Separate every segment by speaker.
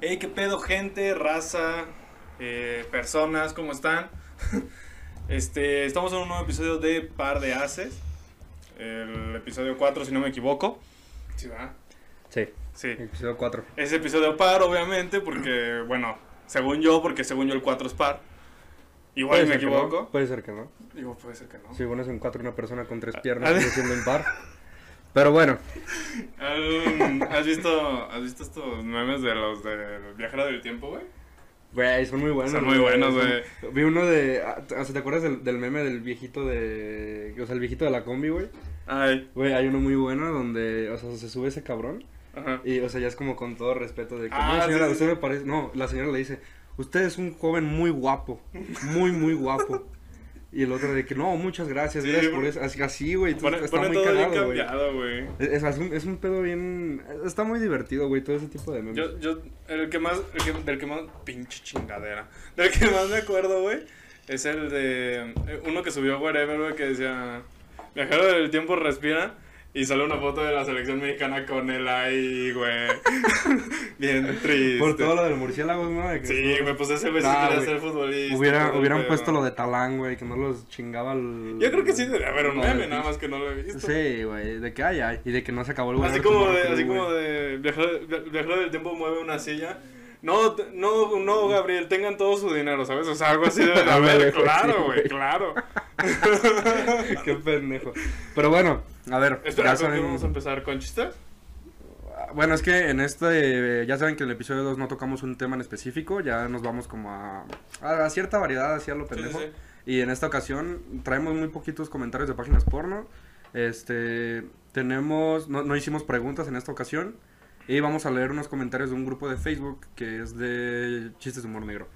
Speaker 1: Hey, qué pedo, gente, raza, eh, personas, ¿cómo están? este, estamos en un nuevo episodio de Par de Haces. El episodio 4, si no me equivoco. Sí, ¿verdad?
Speaker 2: Sí,
Speaker 1: Sí.
Speaker 2: episodio 4.
Speaker 1: Es episodio par, obviamente, porque, bueno, según yo, porque según yo el 4 es par. Igual me equivoco.
Speaker 2: Puede ser que no.
Speaker 1: Digo, puede ser que no.
Speaker 2: Si uno es un 4, una persona con tres
Speaker 1: Ah,
Speaker 2: piernas
Speaker 1: ah,
Speaker 2: sigue siendo impar. Pero bueno,
Speaker 1: Um, ¿Has visto, ¿Has visto estos memes de los del Viajero del Tiempo, güey?
Speaker 2: güey, son muy buenos.
Speaker 1: Son muy buenos, güey.
Speaker 2: Son- Vi uno de. ah, o sea, ¿Te acuerdas del, del meme del viejito de. O sea, el viejito de la combi, güey?
Speaker 1: Ay,
Speaker 2: Güey, hay uno muy bueno donde. O sea, se sube ese cabrón.
Speaker 1: ajá.
Speaker 2: Y, o sea, ya es como con todo respeto de que,
Speaker 1: Ah,
Speaker 2: no, señora,
Speaker 1: sí, sí,
Speaker 2: usted
Speaker 1: sí.
Speaker 2: me parece, no, la señora le dice, usted es un joven muy guapo, muy, muy guapo. Y el otro de que, no, muchas gracias,
Speaker 1: Sí,
Speaker 2: gracias
Speaker 1: güey.
Speaker 2: por eso, así, así, güey, tú-
Speaker 1: Pone,
Speaker 2: está
Speaker 1: pone
Speaker 2: muy
Speaker 1: todo bien
Speaker 2: cagado, güey.
Speaker 1: cambiado, güey.
Speaker 2: Es, es un, es un pedo bien, está muy divertido, güey, todo ese tipo de memes.
Speaker 1: Yo, yo, el que más, el que- del que más, pinche chingadera. Del que más me acuerdo, güey, es el de eh, uno que subió a Whatever, güey, que decía, Viajero del Tiempo respira. Y sale una foto de la selección mexicana con el ahí, güey. Bien triste.
Speaker 2: por todo lo del murciélago, ¿no? De que
Speaker 1: este, Sí, güey, pues ese güey sí
Speaker 2: Nah,
Speaker 1: quería
Speaker 2: güey.
Speaker 1: ser futbolista.
Speaker 2: Hubiera,
Speaker 1: todo el
Speaker 2: hubieran
Speaker 1: pedo.
Speaker 2: puesto lo de talán, güey, que no los chingaba el...
Speaker 1: Yo creo que sí debe haber un
Speaker 2: No,
Speaker 1: meme,
Speaker 2: el
Speaker 1: nada más que no lo he visto.
Speaker 2: Sí, güey, de que ay, ay, y de que no se acabó el
Speaker 1: Así
Speaker 2: Whatever
Speaker 1: como
Speaker 2: Tomorrow
Speaker 1: de,
Speaker 2: Crew,
Speaker 1: así
Speaker 2: güey.
Speaker 1: como de viajero, viajero del tiempo mueve una silla. No, t- no, no, Gabriel, tengan todo su dinero, ¿sabes? O sea, algo así de la
Speaker 2: Ándale,
Speaker 1: ver,
Speaker 2: güey, sí,
Speaker 1: claro, güey,
Speaker 2: güey.
Speaker 1: claro.
Speaker 2: Qué pendejo. Pero bueno, a ver,
Speaker 1: Espera,
Speaker 2: ya
Speaker 1: ¿con qué
Speaker 2: saben-
Speaker 1: vamos a empezar con chistes?
Speaker 2: Ah, Bueno, es que en este, eh, ya saben que en el episodio 2 no tocamos un tema en específico, ya nos vamos como a, a cierta variedad, hacia lo pendejo.
Speaker 1: Sí, sí, sí.
Speaker 2: Y en esta ocasión traemos muy poquitos comentarios de páginas porno. Este, tenemos, no, no hicimos preguntas en esta ocasión. Y vamos a leer unos comentarios de un grupo de Facebook que es de chistes de humor negro.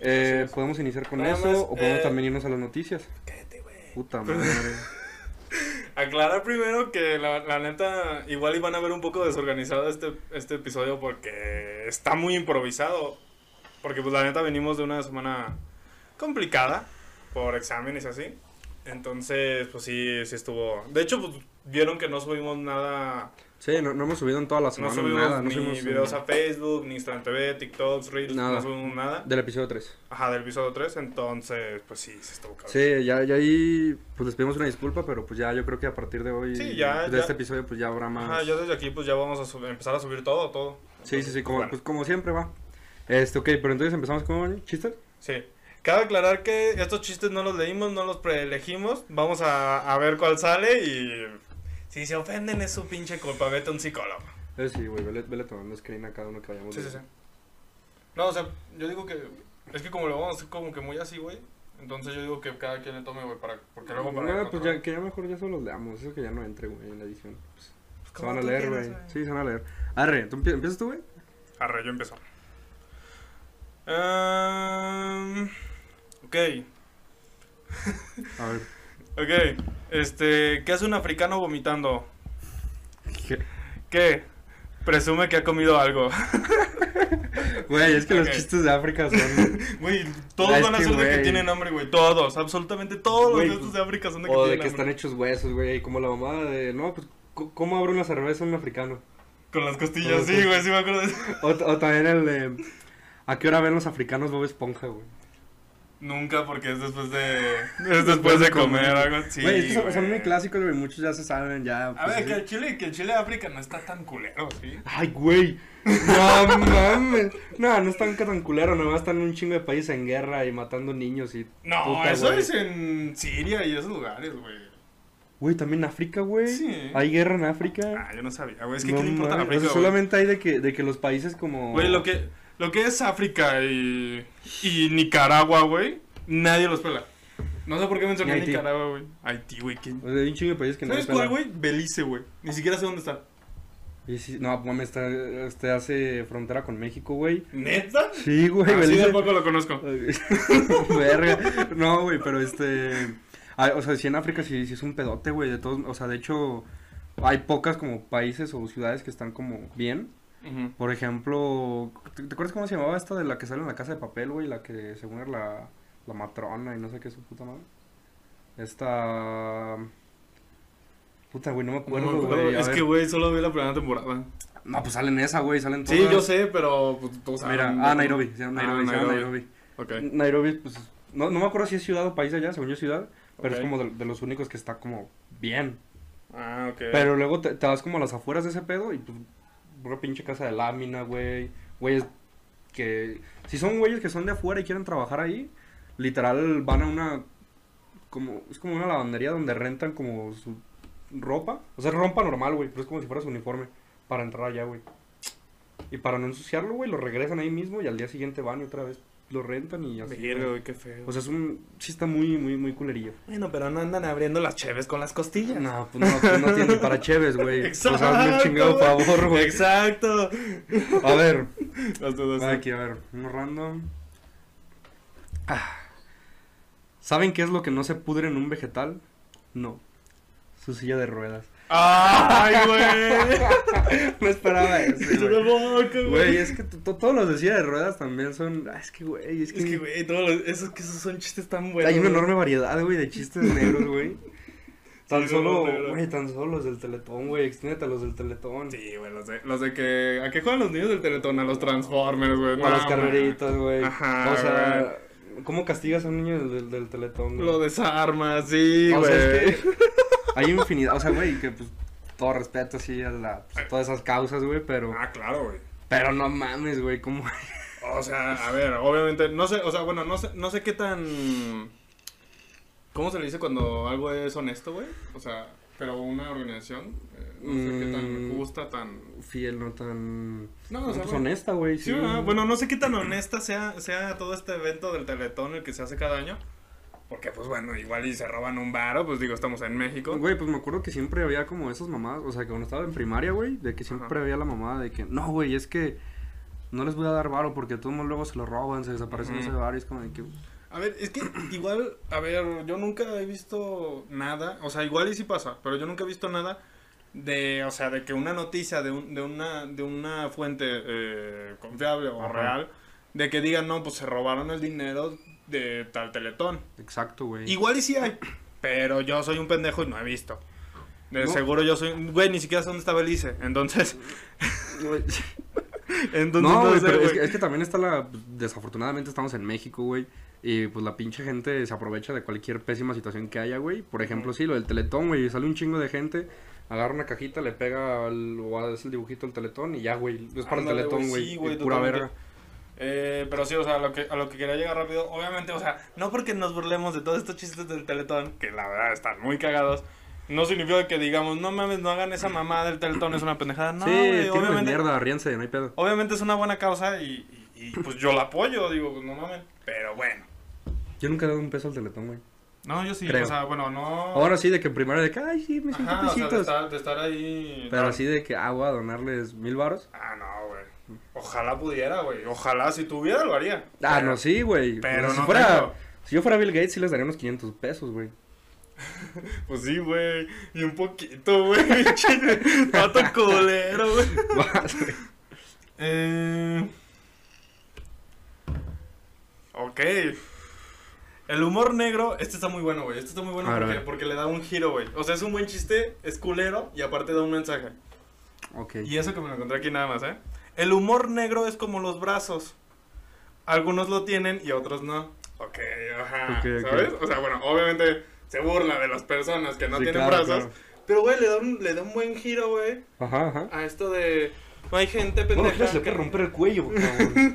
Speaker 2: Eh,
Speaker 1: Así es.
Speaker 2: podemos iniciar con
Speaker 1: Nada
Speaker 2: eso
Speaker 1: más,
Speaker 2: o podemos
Speaker 1: eh,
Speaker 2: también irnos a las noticias.
Speaker 1: Cállate, güey.
Speaker 2: Puta madre.
Speaker 1: Aclarar primero que la, la neta, igual iban a ver un poco desorganizado este, este episodio porque está muy improvisado. Porque pues la neta venimos de una semana complicada por exámenes y así. Entonces, pues sí, sí estuvo. De hecho, pues vieron que no subimos nada.
Speaker 2: sí, no, no hemos subido en toda la
Speaker 1: No
Speaker 2: semana
Speaker 1: subimos
Speaker 2: nada. No
Speaker 1: ni
Speaker 2: subimos
Speaker 1: videos
Speaker 2: eh,
Speaker 1: a Facebook, ni Instagram TV, TikToks, Reels,
Speaker 2: Nada.
Speaker 1: no subimos nada.
Speaker 2: del episodio 3.
Speaker 1: Ajá, del episodio 3. Entonces, pues sí, se estuvo cabrón.
Speaker 2: Sí, ya, ya ahí pues les pedimos una disculpa, pero pues ya yo creo que a partir de hoy,
Speaker 1: Sí, ya,
Speaker 2: de
Speaker 1: ya.
Speaker 2: este episodio, pues ya habrá más.
Speaker 1: Ajá, ya desde aquí pues ya vamos a sub- empezar a subir todo, todo.
Speaker 2: Sí, sí, sí, como,
Speaker 1: Bueno.
Speaker 2: pues, como siempre va. Este, ok, pero entonces empezamos con chistes.
Speaker 1: Sí. Cabe aclarar que estos chistes no los leímos, no los preelegimos. Vamos a, a ver cuál sale y. Si se ofenden es su pinche culpa, vete a un psicólogo.
Speaker 2: Eh, sí, güey, vele, vele tomando screen a cada uno que vayamos.
Speaker 1: Sí, sí, sí.
Speaker 2: viendo.
Speaker 1: No, o sea, yo digo que. Es que como lo vamos a hacer como que muy así, güey. Entonces yo digo que cada quien le tome, güey, para. Porque luego para.
Speaker 2: Nada, pues ya, que ya mejor ya solo los leamos, eso que ya no entre, güey, en la edición. Pues,
Speaker 1: Pues
Speaker 2: se
Speaker 1: como
Speaker 2: van a
Speaker 1: tú
Speaker 2: leer,
Speaker 1: quieras,
Speaker 2: güey. Sí, se van a leer. Arre, ¿tú empie- empiezas tú, güey?
Speaker 1: Arre, yo empiezo. Em, ok.
Speaker 2: A ver.
Speaker 1: Ok. Este. ¿Qué hace un africano vomitando?
Speaker 2: ¿qué?
Speaker 1: ¿Qué? Presume que ha comido algo.
Speaker 2: Güey, es que los
Speaker 1: Ok.
Speaker 2: chistes de África son.
Speaker 1: Güey, todos
Speaker 2: Ah, es
Speaker 1: van a
Speaker 2: que,
Speaker 1: ser de que
Speaker 2: güey.
Speaker 1: tienen hambre, güey. Todos, absolutamente todos
Speaker 2: Güey,
Speaker 1: los restos de África son de que
Speaker 2: o de
Speaker 1: tienen
Speaker 2: que están
Speaker 1: hambre.
Speaker 2: hechos huesos, güey, como la mamada de. No, pues, co- ¿cómo abre una cerveza un africano?
Speaker 1: Con las
Speaker 2: o
Speaker 1: costillas,
Speaker 2: de
Speaker 1: sí,
Speaker 2: que-
Speaker 1: güey, sí me acuerdo de eso.
Speaker 2: O, o también el de. ¿A qué hora ven los africanos Bob Esponja, güey?
Speaker 1: Nunca, porque es después de. Es después de comer, algo así.
Speaker 2: Güey, estos son- son muy
Speaker 1: güey.
Speaker 2: clásicos, güey. Muchos ya se saben, ya.
Speaker 1: A
Speaker 2: pues,
Speaker 1: ver, que
Speaker 2: así.
Speaker 1: el chile, que el chile de África no está tan culero, sí.
Speaker 2: Ay, güey. No mames. No, no están que tan culero. Nomás están un chingo de países en guerra y matando niños y.
Speaker 1: No,
Speaker 2: puta,
Speaker 1: eso
Speaker 2: güey.
Speaker 1: es en Siria y esos lugares, güey.
Speaker 2: Güey, también África, güey.
Speaker 1: Sí.
Speaker 2: Hay guerra en África.
Speaker 1: Ah, yo no sabía, güey. Es que,
Speaker 2: No
Speaker 1: ¿qué le importa a
Speaker 2: mames, o
Speaker 1: África?
Speaker 2: sea,
Speaker 1: güey?
Speaker 2: solamente hay de que, de que los países como.
Speaker 1: Güey, lo que, lo que es África y, y Nicaragua, güey, nadie los pela. No sé por qué mencioné
Speaker 2: Ni Haití.
Speaker 1: Nicaragua, güey. Haití, güey. ¿quién?
Speaker 2: O sea, hay un chingo de países que no.
Speaker 1: ¿Sabes cuál,
Speaker 2: pelan.
Speaker 1: güey? Belice, güey. Ni siquiera sé dónde está.
Speaker 2: Y sí, no, mames, está, este hace frontera con México, güey.
Speaker 1: ¿Neta?
Speaker 2: Ah, Sí, güey,
Speaker 1: Así
Speaker 2: Belice-
Speaker 1: tampoco lo conozco.
Speaker 2: Verga. No, güey, pero este. ah, o sea, sí en África sí, sí es un pedote, güey. De todos. O sea, de hecho, hay pocas como países o ciudades que están como bien.
Speaker 1: Ujú.
Speaker 2: Por ejemplo, ¿te, te acuerdas cómo se llamaba esta de la que sale en la casa de papel, güey? La que según era la, la matrona y no sé qué su puta madre. Esta. Puta, güey, no me acuerdo,
Speaker 1: No me acuerdo.
Speaker 2: güey. a
Speaker 1: es
Speaker 2: ver.
Speaker 1: que, güey, solo vi la primera temporada.
Speaker 2: No, pues salen esa, güey, salen todas.
Speaker 1: Sí, yo sé, pero. Pues, o sea,
Speaker 2: Mira,
Speaker 1: no-
Speaker 2: ah, Nairobi, se llama
Speaker 1: Ah,
Speaker 2: Nairobi, se llama Nairobi.
Speaker 1: Ok.
Speaker 2: Nairobi, pues, no, no me acuerdo si es ciudad o país allá, según yo es ciudad,
Speaker 1: Ok.
Speaker 2: pero es como de, de los únicos que está como bien.
Speaker 1: Ah, ok.
Speaker 2: Pero luego te, te vas como a las afueras de ese pedo y pues, pura pinche casa de lámina, güey. Güeyes que, si son güeyes que son de afuera y quieren trabajar ahí, literal van a una, como, es como una lavandería donde rentan como su ropa. O sea, es ropa normal, güey, pero es como si fuera su uniforme para entrar allá, güey. Y para no ensuciarlo, güey, lo regresan ahí mismo y al día siguiente van y otra vez lo rentan y así.
Speaker 1: Verga,
Speaker 2: güey.
Speaker 1: güey, qué feo.
Speaker 2: O sea, es un, sí está muy, muy, muy culerillo.
Speaker 1: bueno, pero no andan abriendo las cheves con las costillas.
Speaker 2: No, pues no, pues no tiene ni para cheves, güey. O sea, hazme el chingado
Speaker 1: güey.
Speaker 2: favor, güey.
Speaker 1: Exacto.
Speaker 2: A ver,
Speaker 1: Las dudas.
Speaker 2: aquí, a ver, un random. Ah. ¿Saben qué es lo que no se pudre en un vegetal? No. Su silla de ruedas.
Speaker 1: Ay, güey.
Speaker 2: No esperaba eso,
Speaker 1: Yo
Speaker 2: güey.
Speaker 1: tampoco,
Speaker 2: Güey, es que to- todos los de silla de ruedas también son... ah, Es que, güey, es que...
Speaker 1: Es que, güey, todos los- esos, que esos son chistes tan buenos.
Speaker 2: hay una
Speaker 1: güey.
Speaker 2: enorme variedad, güey, de chistes negros, güey. Tan
Speaker 1: Sí, no,
Speaker 2: solo,
Speaker 1: negro.
Speaker 2: güey, tan solo los del Teletón, güey. Extiéndete a los del Teletón.
Speaker 1: Sí, güey, los de, los de que. ¿A qué juegan los niños del Teletón? A los Transformers, güey.
Speaker 2: O a las
Speaker 1: No,
Speaker 2: carreritas, güey.
Speaker 1: Ah, Ajá,
Speaker 2: O sea, ¿cómo castigas a un niño del, del, del teletón?
Speaker 1: man.
Speaker 2: güey?
Speaker 1: Lo desarmas, sí,
Speaker 2: O
Speaker 1: güey.
Speaker 2: sea, es que hay infinidad. O sea, güey, que pues todo respeto, sí, a la, pues, todas esas causas, güey, pero.
Speaker 1: Ah, claro, güey.
Speaker 2: Pero no mames, güey, ¿cómo?
Speaker 1: O sea, a ver, obviamente, no sé, o sea, bueno, no sé, no sé qué tan... ¿Cómo se le dice cuando algo es honesto, güey? O sea, pero una organización, eh, no sé qué tan
Speaker 2: Mm.
Speaker 1: justa, tan...
Speaker 2: Fiel, no tan.
Speaker 1: No, o
Speaker 2: No,
Speaker 1: sea,
Speaker 2: pues
Speaker 1: bueno,
Speaker 2: honesta, güey.
Speaker 1: sí, ¿verdad? bueno, no sé qué tan honesta sea, sea todo este evento del Teletón el que se hace cada año. Porque, pues bueno, igual y se roban un bar, pues digo, estamos en México.
Speaker 2: Güey, pues me acuerdo que siempre había como esas mamadas, o sea, que cuando estaba en primaria, güey, de que siempre
Speaker 1: Ajá.
Speaker 2: había la mamada de que, no, güey, es que no les voy a dar varo porque todos luego se lo roban, se desaparecen
Speaker 1: Ujú.
Speaker 2: ese varo y es como de que,
Speaker 1: A ver, es que igual, a ver, yo nunca he visto nada, o sea, igual y sí pasa, pero yo nunca he visto nada de, o sea, de que una noticia de, un- de, una, de una fuente eh, confiable o
Speaker 2: Ajá.
Speaker 1: real, de que digan, no, pues se robaron el dinero de tal teletón.
Speaker 2: exacto, güey.
Speaker 1: Igual y sí hay, pero yo soy un pendejo y no he visto. De
Speaker 2: No.
Speaker 1: seguro yo soy, güey, ni siquiera sé dónde estaba Belice, E, entonces,
Speaker 2: Güey.
Speaker 1: entonces
Speaker 2: No, güey,
Speaker 1: sé,
Speaker 2: pero es
Speaker 1: güey.
Speaker 2: que, es que también está la... pues, Desafortunadamente estamos en México, güey. Y pues la pinche gente se aprovecha de cualquier pésima situación que haya, güey. Por ejemplo, sí, lo del teletón, güey. Sale un chingo de gente, agarra una cajita, le pega al, o hace el dibujito del teletón y ya, güey. Es para
Speaker 1: Ándale,
Speaker 2: el
Speaker 1: güey,
Speaker 2: teletón, güey.
Speaker 1: sí, güey,
Speaker 2: y pura
Speaker 1: totalmente.
Speaker 2: verga.
Speaker 1: Eh, pero sí, o sea, a lo, que, a lo que quería llegar rápido, obviamente, o sea, no porque nos burlemos de todos estos chistes del Teletón, que la verdad están muy cagados, no significa que digamos, no mames, no hagan esa mamada del Teletón, es una pendejada. No,
Speaker 2: sí,
Speaker 1: güey,
Speaker 2: tienen de
Speaker 1: obviamente,
Speaker 2: mierda, ríense, no hay pedo.
Speaker 1: obviamente es una buena causa y, y- y, pues yo la apoyo, digo, pues no mames, pero bueno.
Speaker 2: Yo nunca he dado un peso al teletón, güey.
Speaker 1: No, yo sí,
Speaker 2: Creo.
Speaker 1: o sea, bueno, no...
Speaker 2: Ahora sí, de que primero de que, ay, sí, me siento
Speaker 1: Ajá, o sea,
Speaker 2: pesitos.
Speaker 1: de estar, de estar ahí...
Speaker 2: Pero
Speaker 1: no.
Speaker 2: así de que, ah, voy a donarles mil varos.
Speaker 1: Ah, no, güey. Ojalá pudiera, güey. Ojalá, si tuviera, lo haría.
Speaker 2: Ah,
Speaker 1: Pero-
Speaker 2: no, sí, güey.
Speaker 1: pero
Speaker 2: O sea, si
Speaker 1: no
Speaker 2: fuera...
Speaker 1: tengo.
Speaker 2: Si yo fuera Bill Gates, sí les daría unos 500 pesos, güey.
Speaker 1: Pues sí, güey. Y un poquito, güey. Pinche Vato colero, güey.
Speaker 2: Vas, güey.
Speaker 1: Eh... Ok. El humor negro, este está muy bueno, güey. Este está muy bueno
Speaker 2: A ver, a
Speaker 1: porque,
Speaker 2: ver.
Speaker 1: porque le da un giro, güey. O sea, es un buen chiste, es culero y aparte da un mensaje.
Speaker 2: Ok.
Speaker 1: Y eso que me lo encontré aquí nada más, ¿eh? El humor negro es como los brazos. Algunos lo tienen y otros no. Ok, ajá.
Speaker 2: Ok, ok.
Speaker 1: ¿Sabes? O sea, bueno, obviamente se burla de las personas que no
Speaker 2: Sí,
Speaker 1: tienen
Speaker 2: claro,
Speaker 1: brazos. Pero, güey, le da un, le da un buen giro, güey,
Speaker 2: claro. Ajá, ajá.
Speaker 1: a esto de... No hay gente
Speaker 2: Bueno,
Speaker 1: pendeja.
Speaker 2: claro, se le
Speaker 1: que-
Speaker 2: puede romper el cuello, cabrón.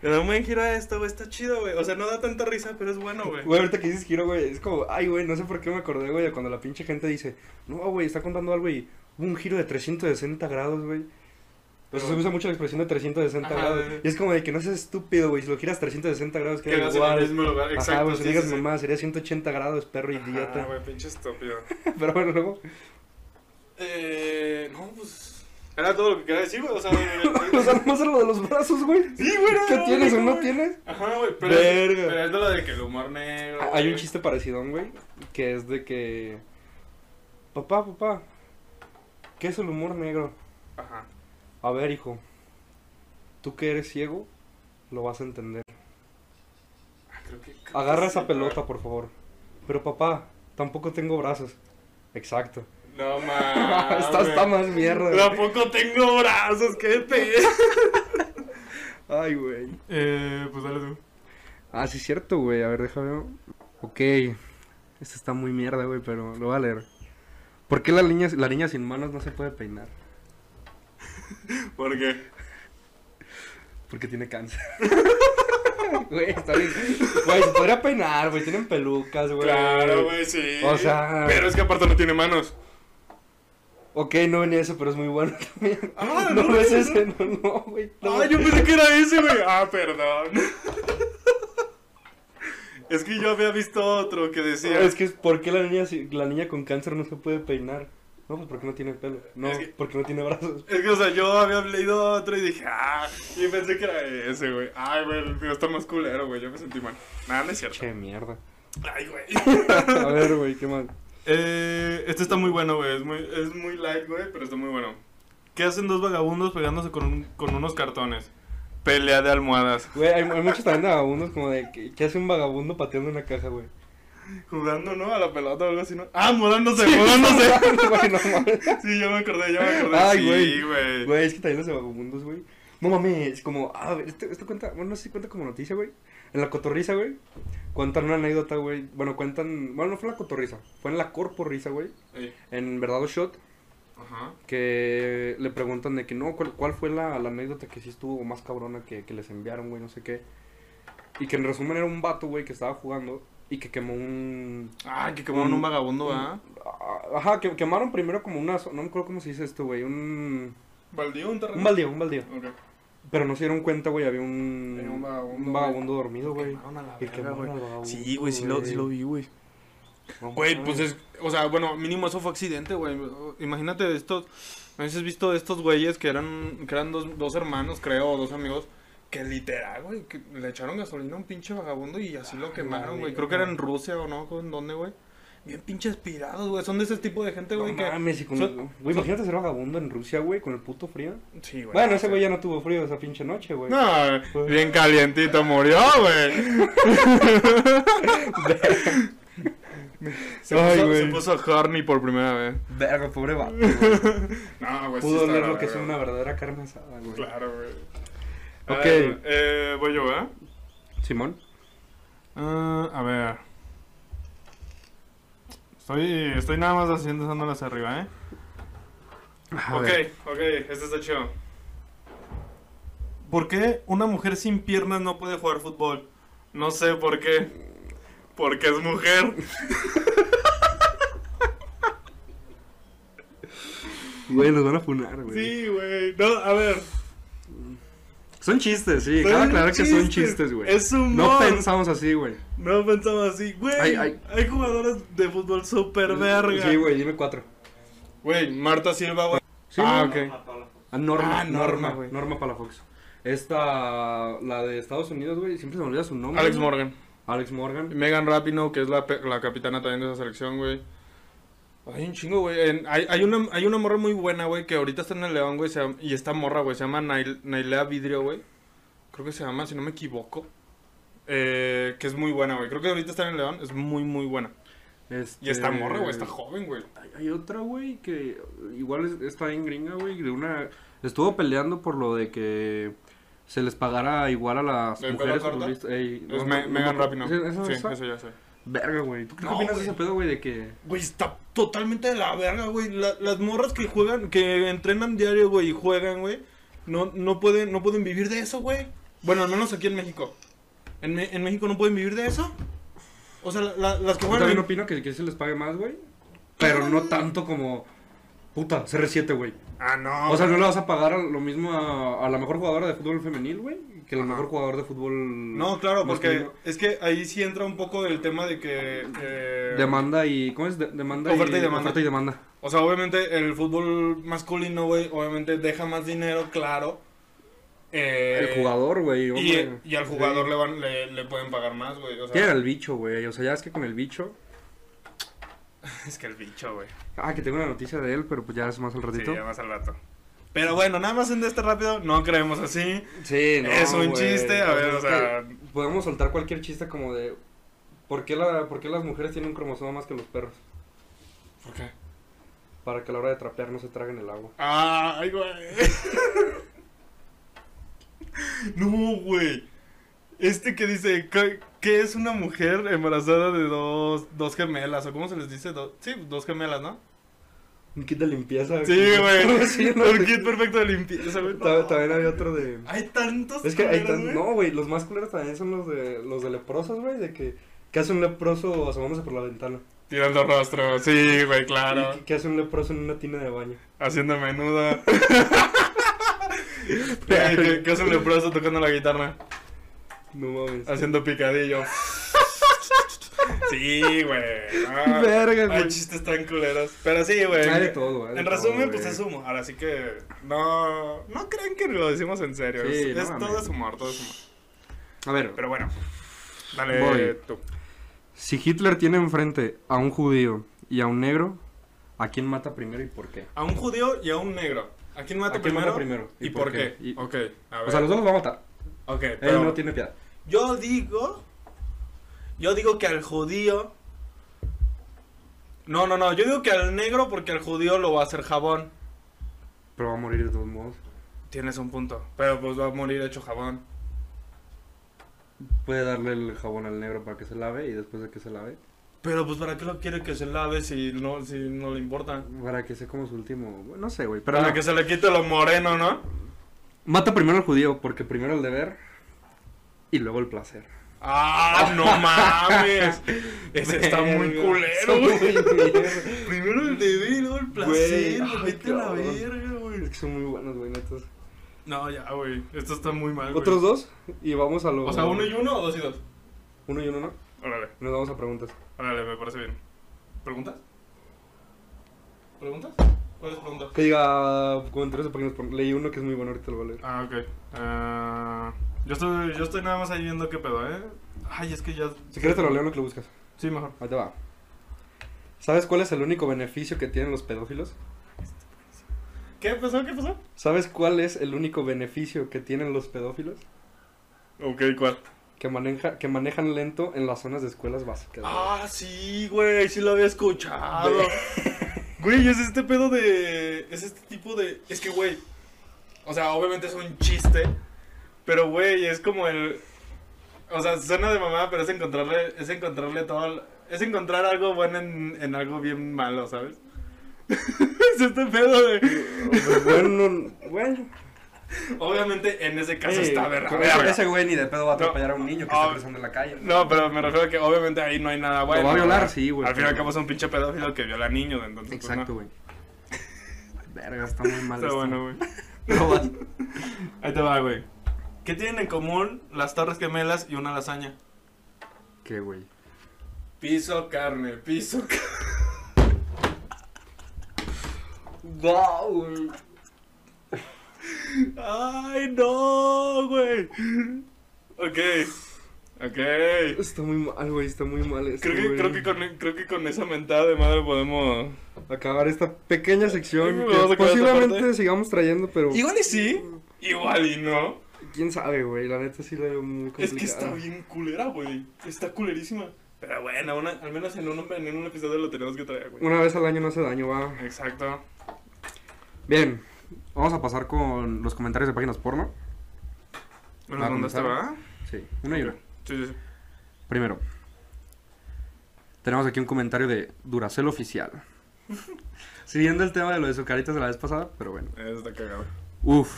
Speaker 1: Le da un buen giro a esto, güey, está chido, güey. O sea, no da tanta risa, pero es bueno, güey.
Speaker 2: Güey, ahorita que dices giro, güey, es como, ay, güey, no sé por qué me acordé, güey, de cuando la pinche gente dice, no, güey, está contando algo y hubo un giro de 360 grados, güey. O sea, se usa mucho la expresión de 360
Speaker 1: Ajá,
Speaker 2: grados.
Speaker 1: güey.
Speaker 2: Y es como de que no seas estúpido, güey, si lo giras 360 grados
Speaker 1: Que
Speaker 2: queda
Speaker 1: hagas en el
Speaker 2: igual.
Speaker 1: mismo lugar, exacto.
Speaker 2: Ajá, güey, si
Speaker 1: sí,
Speaker 2: digas
Speaker 1: sí, sí.
Speaker 2: mamá, sería 180 grados, perro
Speaker 1: Ajá,
Speaker 2: idiota.
Speaker 1: güey, pinche estúpido.
Speaker 2: Pero bueno, luego,
Speaker 1: Eh... No, pues... Era todo lo que quería decir, güey, o sea...
Speaker 2: nos armamos a lo de los brazos, güey.
Speaker 1: Sí, güey.
Speaker 2: ¿Qué
Speaker 1: no,
Speaker 2: tienes o
Speaker 1: güey,
Speaker 2: no
Speaker 1: güey.
Speaker 2: tienes?
Speaker 1: Ajá, güey, pero,
Speaker 2: Verga.
Speaker 1: Es, pero es de lo de que el humor negro.
Speaker 2: Ah, Hay un
Speaker 1: güey.
Speaker 2: chiste parecido, güey, que es de que... Papá, papá, ¿qué es el humor negro?
Speaker 1: Ajá.
Speaker 2: A ver, hijo, tú que eres ciego, lo vas a entender.
Speaker 1: Ah, creo que- creo que
Speaker 2: Agarra
Speaker 1: sí,
Speaker 2: esa
Speaker 1: güey.
Speaker 2: pelota, por favor. Pero papá, tampoco tengo brazos. Exacto.
Speaker 1: No mames.
Speaker 2: Esta está más mierda. güey.
Speaker 1: Tampoco tengo brazos, qué te.
Speaker 2: Ay, güey.
Speaker 1: Eh, pues dale tú.
Speaker 2: Ah, sí, es cierto, güey. A ver, déjame. Ok. Esta está muy mierda, güey, pero lo voy a leer. ¿Por qué la niña, la niña sin manos no se puede peinar?
Speaker 1: ¿Por qué?
Speaker 2: Porque tiene cáncer. Güey, está bien. Güey, se podría peinar, güey. Tienen pelucas, güey.
Speaker 1: Claro, güey, sí.
Speaker 2: O sea-
Speaker 1: Pero es que aparte no tiene manos.
Speaker 2: Ok, no venía eso, pero es muy bueno también.
Speaker 1: Ah,
Speaker 2: no,
Speaker 1: no,
Speaker 2: es
Speaker 1: no,
Speaker 2: ese, no, no, güey. no.
Speaker 1: Ah, yo pensé que era ese, güey. Ah, perdón. Es que yo había visto otro que decía.
Speaker 2: Es que es ¿por qué la niña, si- la niña con cáncer no se puede peinar? No, pues porque no tiene pelo. No,
Speaker 1: Es que-
Speaker 2: porque no tiene brazos.
Speaker 1: Es que, o sea, yo había leído otro y dije, ah, y pensé que era ese, güey. Ay, güey, el mío está más culero, güey. Yo me sentí mal. Nada, no es cierto.
Speaker 2: Che, mierda.
Speaker 1: Ay, güey.
Speaker 2: A ver, güey, qué mal.
Speaker 1: Eh, este está muy bueno, güey. Es muy, es muy light, güey, pero está muy bueno. ¿Qué hacen dos vagabundos pegándose con, un- con unos cartones? Pelea de almohadas.
Speaker 2: Güey, hay, hay muchos también de vagabundos como de que, que hace un vagabundo pateando una caja, güey.
Speaker 1: Jugando, ¿no? A la pelota o algo así, ¿no? Ah, mudándose, mudándose.
Speaker 2: Güey, no mames.
Speaker 1: Sí, ya me acordé, ya me acordé.
Speaker 2: Ay,
Speaker 1: sí,
Speaker 2: güey.
Speaker 1: güey.
Speaker 2: Güey, es que también los de vagabundos, güey. No mames, como, a ver, esto, esto cuenta, bueno, no sé si cuenta como noticia, güey. En la cotorriza, güey, cuentan una anécdota, güey. Bueno, cuentan, bueno, no fue en la cotorriza, fue en la corporriza, güey.
Speaker 1: Ey,
Speaker 2: En verdad o shot,
Speaker 1: Ajá.
Speaker 2: que le preguntan de que no, ¿cuál, cuál fue la, la anécdota que sí estuvo más cabrona que, que les enviaron, güey, no sé qué. Y que en resumen era un vato, güey, que estaba jugando y que quemó un...
Speaker 1: Ah, que quemaron un vagabundo, ¿ah?
Speaker 2: a- Ajá, que quemaron primero como una... zo- No me acuerdo cómo se dice esto, güey, un...
Speaker 1: ¿Baldío un terreno?
Speaker 2: Un baldío, un baldío.
Speaker 1: Ok.
Speaker 2: Pero no se dieron cuenta, güey, había un...
Speaker 1: Era un vagabundo,
Speaker 2: un vagabundo dormido, güey.
Speaker 1: Quemaron a la
Speaker 2: Y
Speaker 1: verga,
Speaker 2: quemaron
Speaker 1: güey.
Speaker 2: al vagabundo,
Speaker 1: Sí, güey, sí lo, sí lo vi, güey.
Speaker 2: No
Speaker 1: Güey,
Speaker 2: mames.
Speaker 1: pues es. O sea, bueno, mínimo eso fue accidente, güey. Imagínate estos. ¿No has visto estos güeyes que eran, que eran dos, dos hermanos, creo, o dos amigos? Que literal, güey, que le echaron gasolina a un pinche vagabundo y así lo quemaron,
Speaker 2: la
Speaker 1: güey.
Speaker 2: verga.
Speaker 1: Creo que era en Rusia o no, ¿en dónde, güey? Bien pinches pirados, güey. Son de ese tipo de gente,
Speaker 2: No
Speaker 1: güey, que.
Speaker 2: mames, y con...
Speaker 1: son-
Speaker 2: el- Güey, imagínate ser vagabundo en Rusia, güey, con el puto frío.
Speaker 1: Sí, güey.
Speaker 2: Bueno, ese güey ya no tuvo frío esa pinche noche, güey.
Speaker 1: No, bien calientito murió, güey. Se,
Speaker 2: Ay,
Speaker 1: puso,
Speaker 2: güey.
Speaker 1: se puso horny por primera vez.
Speaker 2: Verga, pobre vato.
Speaker 1: No, güey. sí
Speaker 2: Pudo
Speaker 1: está
Speaker 2: oler
Speaker 1: la
Speaker 2: lo que es
Speaker 1: verga,
Speaker 2: una verdadera carne asada, güey.
Speaker 1: Claro, güey.
Speaker 2: Ok.
Speaker 1: A ver, eh, voy yo, ¿verdad?
Speaker 2: Simón.
Speaker 1: Ah, a ver. Estoy, estoy nada más haciendo dándolas arriba, ¿eh? ok, ok, este está chido. ¿Por qué una mujer sin piernas no puede jugar fútbol? No sé por qué. Porque es mujer.
Speaker 2: Güey, nos van a funar, güey.
Speaker 1: Sí, güey. No, a ver.
Speaker 2: Son chistes, sí.
Speaker 1: Son
Speaker 2: Cabe aclarar que son
Speaker 1: chistes.
Speaker 2: chistes, güey.
Speaker 1: Es humor.
Speaker 2: No pensamos así, güey.
Speaker 1: No pensaba así, güey.
Speaker 2: Ay, ay.
Speaker 1: Hay jugadores de fútbol súper verga.
Speaker 2: Sí, güey, dime cuatro.
Speaker 1: Güey, Marta Silva, güey.
Speaker 2: Sí,
Speaker 1: ah,
Speaker 2: güey.
Speaker 1: ok.
Speaker 2: Ah, Norma,
Speaker 1: Ah, Norma,
Speaker 2: Norma,
Speaker 1: güey.
Speaker 2: güey. Norma Palafox. Esta, la de Estados Unidos, güey, siempre se me olvida su nombre.
Speaker 1: Alex
Speaker 2: güey.
Speaker 1: Morgan.
Speaker 2: Alex Morgan.
Speaker 1: Megan Rapinoe, que es la, pe- la capitana también de esa selección, güey. Hay un chingo, güey. En- Hay, hay, una, hay una morra muy buena, güey, que ahorita está en el León, güey. se llama- Y esta morra, güey, se llama Nail- Nailea Vidrio, güey. Creo que se llama, si no me equivoco. Eh, que es muy buena, güey. Creo que ahorita está en el León. Es muy, muy buena.
Speaker 2: Este...
Speaker 1: Y esta morra, güey, está joven, güey.
Speaker 2: Hay- Hay otra, güey, que igual es- está en gringa, güey, de una... Estuvo peleando por lo de que se les pagara igual a las
Speaker 1: ¿De
Speaker 2: mujeres
Speaker 1: pelo corto?
Speaker 2: futbolistas. Ey,
Speaker 1: Es
Speaker 2: no,
Speaker 1: Me-
Speaker 2: no,
Speaker 1: Megan
Speaker 2: no,
Speaker 1: Rapinoe.
Speaker 2: ¿esa- esa-
Speaker 1: Sí,
Speaker 2: esa?
Speaker 1: eso ya sé.
Speaker 2: Verga, güey. ¿Tú qué
Speaker 1: No,
Speaker 2: opinas de
Speaker 1: güey.
Speaker 2: ese pedo, güey, de que...
Speaker 1: Güey, está totalmente de la verga, güey. La- las morras que juegan, que entrenan diario, güey, y juegan, güey, no, no, pueden, no pueden vivir de eso, güey. Bueno, al menos aquí en México. ¿En, Me- en México no pueden vivir de eso? O sea, la- la- las que
Speaker 2: Yo
Speaker 1: juegan...
Speaker 2: también
Speaker 1: en-
Speaker 2: opino que, que se les pague más, güey. Pero no tanto como... Puta, CR7, güey.
Speaker 1: Ah, no.
Speaker 2: O sea, no le vas a pagar a- lo mismo a, a la mejor jugadora de fútbol femenil, güey, que la
Speaker 1: Ajá.
Speaker 2: mejor jugadora de fútbol...
Speaker 1: no, claro, porque
Speaker 2: masculino.
Speaker 1: es que ahí sí entra un poco el tema de que... que-
Speaker 2: Demanda y... ¿Cómo es? De- demanda
Speaker 1: Oferta y demanda.
Speaker 2: Oferta y demanda.
Speaker 1: O sea, obviamente el fútbol masculino, güey, obviamente deja más dinero, claro. Eh,
Speaker 2: El jugador, güey. hombre.
Speaker 1: Y, y al jugador
Speaker 2: Sí.
Speaker 1: le, van, le, le pueden pagar más, güey. O sea,
Speaker 2: ¿Qué era el bicho, güey? O sea, ya es que con el bicho.
Speaker 1: Es que el bicho, güey.
Speaker 2: Ah, que tengo una noticia de él, pero pues ya es más al
Speaker 1: Sí,
Speaker 2: ratito.
Speaker 1: ya más al rato. Pero bueno, nada más en de este rápido, no creemos así.
Speaker 2: Sí,
Speaker 1: es un
Speaker 2: güey.
Speaker 1: chiste, a ver, o
Speaker 2: Entonces,
Speaker 1: sea.
Speaker 2: que Podemos soltar cualquier chiste como de. ¿Por qué, la, ¿Por qué las mujeres tienen un cromosoma más que los perros?
Speaker 1: ¿Por qué?
Speaker 2: para que a la hora de trapear no se traguen el agua.
Speaker 1: Ah, ay, güey. No, güey. Este que dice, ¿qué, qué es una mujer embarazada de dos, dos gemelas? ¿O cómo se les dice? Do- sí, dos gemelas, ¿no?
Speaker 2: Un kit de limpieza.
Speaker 1: Sí, güey.
Speaker 2: Sí, no,
Speaker 1: Un
Speaker 2: sí.
Speaker 1: kit perfecto de limpieza, güey.
Speaker 2: Ta- También había otro de...
Speaker 1: Hay tantos.
Speaker 2: Es que hay
Speaker 1: Ah, culeros,
Speaker 2: tan-
Speaker 1: güey.
Speaker 2: No, güey, los más culeros también son los de, los de leprosos, güey, de que... ¿Qué hace un leproso asomándose por la ventana?
Speaker 1: Tirando rostro, sí, güey, claro.
Speaker 2: ¿Y qué- ¿Qué hace un leproso en una tina de baño?
Speaker 1: Haciendo menuda. Güey, ¿Qué, qué hace un leproso tocando la guitarra?
Speaker 2: No mames.
Speaker 1: Haciendo picadillo. Sí, güey. Ah,
Speaker 2: Verga,
Speaker 1: hay
Speaker 2: güey.
Speaker 1: chistes tan culeros. Pero sí, güey.
Speaker 2: Hay de todo, hay de
Speaker 1: En resumen,
Speaker 2: todo,
Speaker 1: pues
Speaker 2: güey.
Speaker 1: es humor. Ahora sí que. No. No crean que lo decimos en serio.
Speaker 2: Sí,
Speaker 1: es
Speaker 2: no
Speaker 1: es-
Speaker 2: mames.
Speaker 1: todo es humor, todo es humor.
Speaker 2: A ver,
Speaker 1: Pero bueno. Dale
Speaker 2: Voy.
Speaker 1: tú.
Speaker 2: si Hitler tiene enfrente a un judío y a un negro, ¿a quién mata primero y por qué?
Speaker 1: A un judío y a un negro. ¿A quién mata
Speaker 2: ¿A quién
Speaker 1: primero?
Speaker 2: mata primero?
Speaker 1: ¿Y, por qué?
Speaker 2: Y-
Speaker 1: Ok, a ver.
Speaker 2: O sea, los dos los va a matar.
Speaker 1: Ok,
Speaker 2: Él
Speaker 1: pero-
Speaker 2: no tiene piedad.
Speaker 1: Yo digo. Yo digo que al judío. No, no, no. Yo digo que al negro porque al judío lo va a hacer jabón.
Speaker 2: Pero va a morir de todos modos.
Speaker 1: Tienes un punto. Pero pues va a morir hecho jabón.
Speaker 2: Puede darle el jabón al negro para que se lave y después de que se lave,
Speaker 1: Pero pues para qué lo quiere que se lave si no, si no le importa.
Speaker 2: para que sea como su último... No sé, güey. Pero
Speaker 1: Para
Speaker 2: no.
Speaker 1: que se le quite lo moreno, ¿no?
Speaker 2: Mata primero al judío porque primero el deber y luego el placer.
Speaker 1: ¡Ah, no mames! Ese está muy
Speaker 2: Verga.
Speaker 1: culero, güey.
Speaker 2: Son muy mierda.
Speaker 1: Primero el deber, luego el placer.
Speaker 2: Güey, ay,
Speaker 1: Vete a la
Speaker 2: cabrón.
Speaker 1: verga,
Speaker 2: Es
Speaker 1: güey.
Speaker 2: que son muy buenos, güey, netos.
Speaker 1: No, ya, güey. Esto está muy mal, güey.
Speaker 2: Otros dos y vamos a los...
Speaker 1: O sea, uno y uno o dos y dos.
Speaker 2: Uno y uno, ¿no?
Speaker 1: Órale.
Speaker 2: Nos vamos a preguntas.
Speaker 1: Órale, me parece bien. ¿Preguntas? ¿Preguntas? ¿Cuáles preguntas?
Speaker 2: Que diga comentarios de páginas porno. Leí uno que es muy bueno, ahorita lo voy a leer.
Speaker 1: Ah, ok. Ah, yo, estoy, yo estoy nada más ahí viendo qué pedo, ¿eh? Ay, es que ya...
Speaker 2: Si quieres te lo leo en lo que lo buscas.
Speaker 1: Sí, mejor.
Speaker 2: Ahí te va. ¿Sabes cuál es el único beneficio que tienen los pedófilos?
Speaker 1: ¿Qué pasó? ¿Qué pasó?
Speaker 2: ¿Sabes cuál es el único beneficio que tienen los pedófilos?
Speaker 1: Ok, ¿cuál?
Speaker 2: Que, maneja, que manejan lento en las zonas de escuelas básicas. güey.
Speaker 1: Ah, sí, güey, sí lo había escuchado. Güey, es este pedo de... Es este tipo de... Es que, güey... O sea, obviamente es un chiste. Pero, güey, es como el... O sea, suena de mamá, pero es encontrarle... Es encontrarle todo... el- Es encontrar algo bueno en, en algo bien malo, ¿sabes? es este pedo de...
Speaker 2: bueno, bueno.
Speaker 1: Obviamente en ese caso
Speaker 2: Eh,
Speaker 1: está verga.
Speaker 2: con-
Speaker 1: verga.
Speaker 2: Ese güey ni de pedo va a
Speaker 1: No.
Speaker 2: atropellar a un niño que
Speaker 1: Ah.
Speaker 2: está cruzando la calle.
Speaker 1: No, pero me refiero a que obviamente ahí no hay nada bueno.
Speaker 2: Lo va a violar, sí, güey.
Speaker 1: Al fin y al cabo es un pinche pedófilo que viola niños, entonces... pues,
Speaker 2: Exacto,
Speaker 1: no.
Speaker 2: güey. Verga, está muy mal.
Speaker 1: Está
Speaker 2: esto.
Speaker 1: bueno, güey.
Speaker 2: No vas.
Speaker 1: Ahí te va, güey. ¿Qué tienen en común las torres gemelas y una lasaña?
Speaker 2: ¿Qué, güey?
Speaker 1: Piso carne, piso carne.
Speaker 2: Wow, güey.
Speaker 1: ¡Ay, no, güey! Ok. Ok. Creo
Speaker 2: Está muy mal, güey. Está muy mal. Esto,
Speaker 1: que,
Speaker 2: güey.
Speaker 1: creo, que con, creo que con esa mentada de madre podemos...
Speaker 2: acabar esta pequeña sección.
Speaker 1: Vamos
Speaker 2: que
Speaker 1: a acabar esta parte.
Speaker 2: posiblemente sigamos trayendo, pero
Speaker 1: Igual y sí, igual y no.
Speaker 2: quién sabe, güey. La neta sí la veo muy complicada.
Speaker 1: Es que está bien culera, güey. Está culerísima. Pero bueno, una- al menos en un, en un episodio lo tenemos que traer, güey.
Speaker 2: Una vez al año no hace daño, va.
Speaker 1: Exacto.
Speaker 2: Bien, vamos a pasar con los comentarios de páginas porno.
Speaker 1: Bueno, ¿dónde
Speaker 2: comenzar?
Speaker 1: estaba?
Speaker 2: Sí, una y una.
Speaker 1: Sí, sí, sí.
Speaker 2: Primero, tenemos aquí un comentario de Duracel Oficial. Siguiendo el tema de lo de sus caritas de la vez pasada, pero bueno.
Speaker 1: Eso está cagado.
Speaker 2: Uf,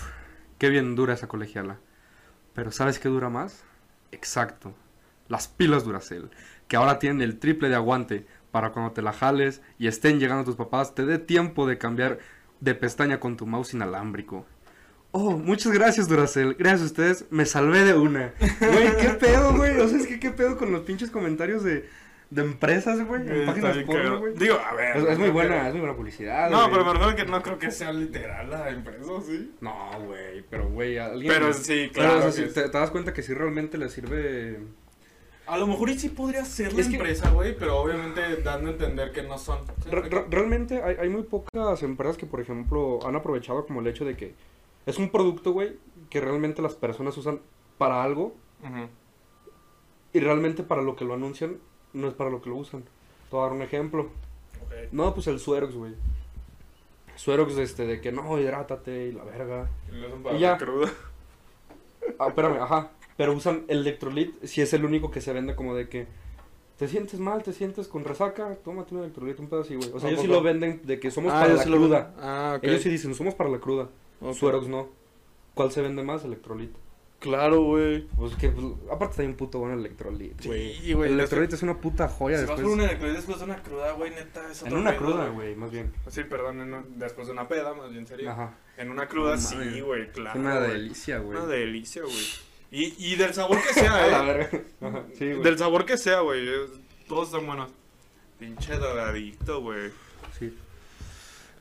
Speaker 2: qué bien dura esa colegiala. Pero ¿sabes qué dura más? Exacto, las pilas Duracel, que ahora tienen el triple de aguante para cuando te la jales y estén llegando tus papás, te dé tiempo de cambiar de pestaña con tu mouse inalámbrico. Oh, muchas gracias Duracel, gracias a ustedes, me salvé de una. Güey, qué pedo, güey, o sea, es que qué pedo con los pinches comentarios de, de empresas, güey, en
Speaker 1: Está
Speaker 2: páginas
Speaker 1: bien
Speaker 2: porno,
Speaker 1: cagado.
Speaker 2: güey.
Speaker 1: Digo, a ver.
Speaker 2: Es, es muy
Speaker 1: no
Speaker 2: buena, es muy buena publicidad.
Speaker 1: creo- No,
Speaker 2: güey.
Speaker 1: pero me refiero que no creo que sea literal la empresa, sí.
Speaker 2: No, güey, pero güey, alguien.
Speaker 1: Pero sí, claro
Speaker 2: Pero, o sea,
Speaker 1: que
Speaker 2: si te, te das cuenta que sí realmente le sirve.
Speaker 1: A lo mejor y sí podría ser
Speaker 2: la Es que- empresa,
Speaker 1: güey, pero obviamente dando a entender que no son.
Speaker 2: Re- re- realmente hay, hay muy pocas empresas que, por ejemplo, han aprovechado como el hecho de que es un producto, güey, que realmente las personas usan para algo y realmente para lo que lo anuncian no es para lo que lo usan. Te voy a dar un ejemplo. No, pues el Suerox, güey. Suerox este, de que no, hidrátate y la verga.
Speaker 1: No son
Speaker 2: Y ya.
Speaker 1: para crudo.
Speaker 2: Ah, espérame, ajá. Pero usan electrolit si es el único que se vende como de que te sientes mal, te sientes con resaca, tómate un electrolit, un pedo así, güey. O sea,
Speaker 1: ¿A
Speaker 2: ellos sí
Speaker 1: poco?
Speaker 2: lo venden de que somos
Speaker 1: pues Ah,
Speaker 2: para
Speaker 1: ellos
Speaker 2: la
Speaker 1: sí lo
Speaker 2: cruda.
Speaker 1: venden. Ah, ok.
Speaker 2: Ellos sí dicen, somos para la cruda.
Speaker 1: Ok.
Speaker 2: Suerox no. ¿Cuál se vende más? Electrolit.
Speaker 1: Claro, güey.
Speaker 2: Pues que, pues, aparte está bien puto bueno el electrolit, güey.
Speaker 1: Sí, güey.
Speaker 2: el electrolit es una puta joya
Speaker 1: Si vas
Speaker 2: después.
Speaker 1: por una electrolit después de una cruda, güey, neta, es
Speaker 2: En
Speaker 1: otro
Speaker 2: una
Speaker 1: pedo,
Speaker 2: cruda, güey, más bien.
Speaker 1: Sí, perdón, en un- después de una peda, más bien sería.
Speaker 2: Ajá.
Speaker 1: En una cruda,
Speaker 2: No
Speaker 1: sí,
Speaker 2: mames.
Speaker 1: güey, claro.
Speaker 2: es una
Speaker 1: güey.
Speaker 2: delicia, güey.
Speaker 1: Una delicia, güey. Y, y del sabor que
Speaker 2: A la
Speaker 1: sea, eh.
Speaker 2: verga. Ajá, Sí, güey.
Speaker 1: Del sabor que sea, güey. es- Todos son buenos. Pinche doradito, güey.
Speaker 2: Sí.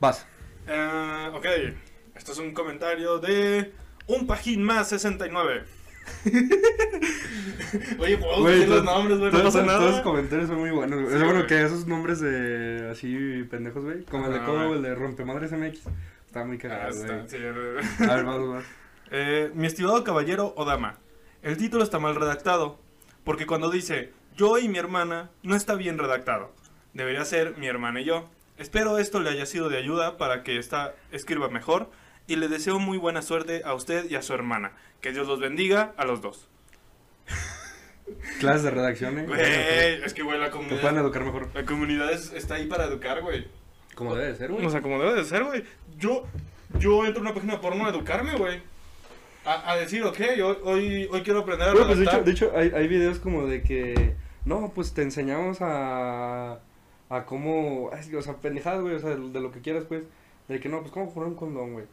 Speaker 2: Vas.
Speaker 1: Ah, ok, esto es un comentario de un pajín más 69. Oye, podemos
Speaker 2: Güey,
Speaker 1: decir los
Speaker 2: todos-
Speaker 1: nombres, güey, no
Speaker 2: todos-
Speaker 1: pasa
Speaker 2: todos- Todos los
Speaker 1: nada.
Speaker 2: comentarios son muy buenos, güey.
Speaker 1: Sí,
Speaker 2: es bueno
Speaker 1: güey.
Speaker 2: que esos nombres de así pendejos, güey. Como el de
Speaker 1: Ajá,
Speaker 2: Cobo,
Speaker 1: güey.
Speaker 2: el de Rompemadres MX. Está muy
Speaker 1: Ah,
Speaker 2: cagado,
Speaker 1: está,
Speaker 2: güey.
Speaker 1: sí, eh,
Speaker 2: A ver, vas, vas.
Speaker 1: eh, mi estimado caballero o dama, el título está mal redactado, porque cuando dice yo y mi hermana no está bien redactado. Debería ser mi hermana y yo. Espero esto le haya sido de ayuda para que esta escriba mejor y le deseo muy buena suerte a usted y a su hermana. Que Dios los bendiga a los dos.
Speaker 2: Clases de redacción, eh.
Speaker 1: Güey, es que güey, la
Speaker 2: Te pueden
Speaker 1: comunidad,
Speaker 2: educar mejor.
Speaker 1: la comunidad es- está ahí para educar, güey.
Speaker 2: Como debe de ser, güey.
Speaker 1: O sea, como debe de ser, güey. Yo, yo entro a una página porno a educarme, güey. A, a decir, ok, hoy, hoy, hoy quiero aprender a
Speaker 2: Güey, pues de hecho,
Speaker 1: redactar.
Speaker 2: de hecho hay, hay videos como de que. No, pues te enseñamos a. A cómo. ay, O sea, pendejadas, güey. O sea, de lo que quieras, pues. De que no, pues cómo formar un condón, güey.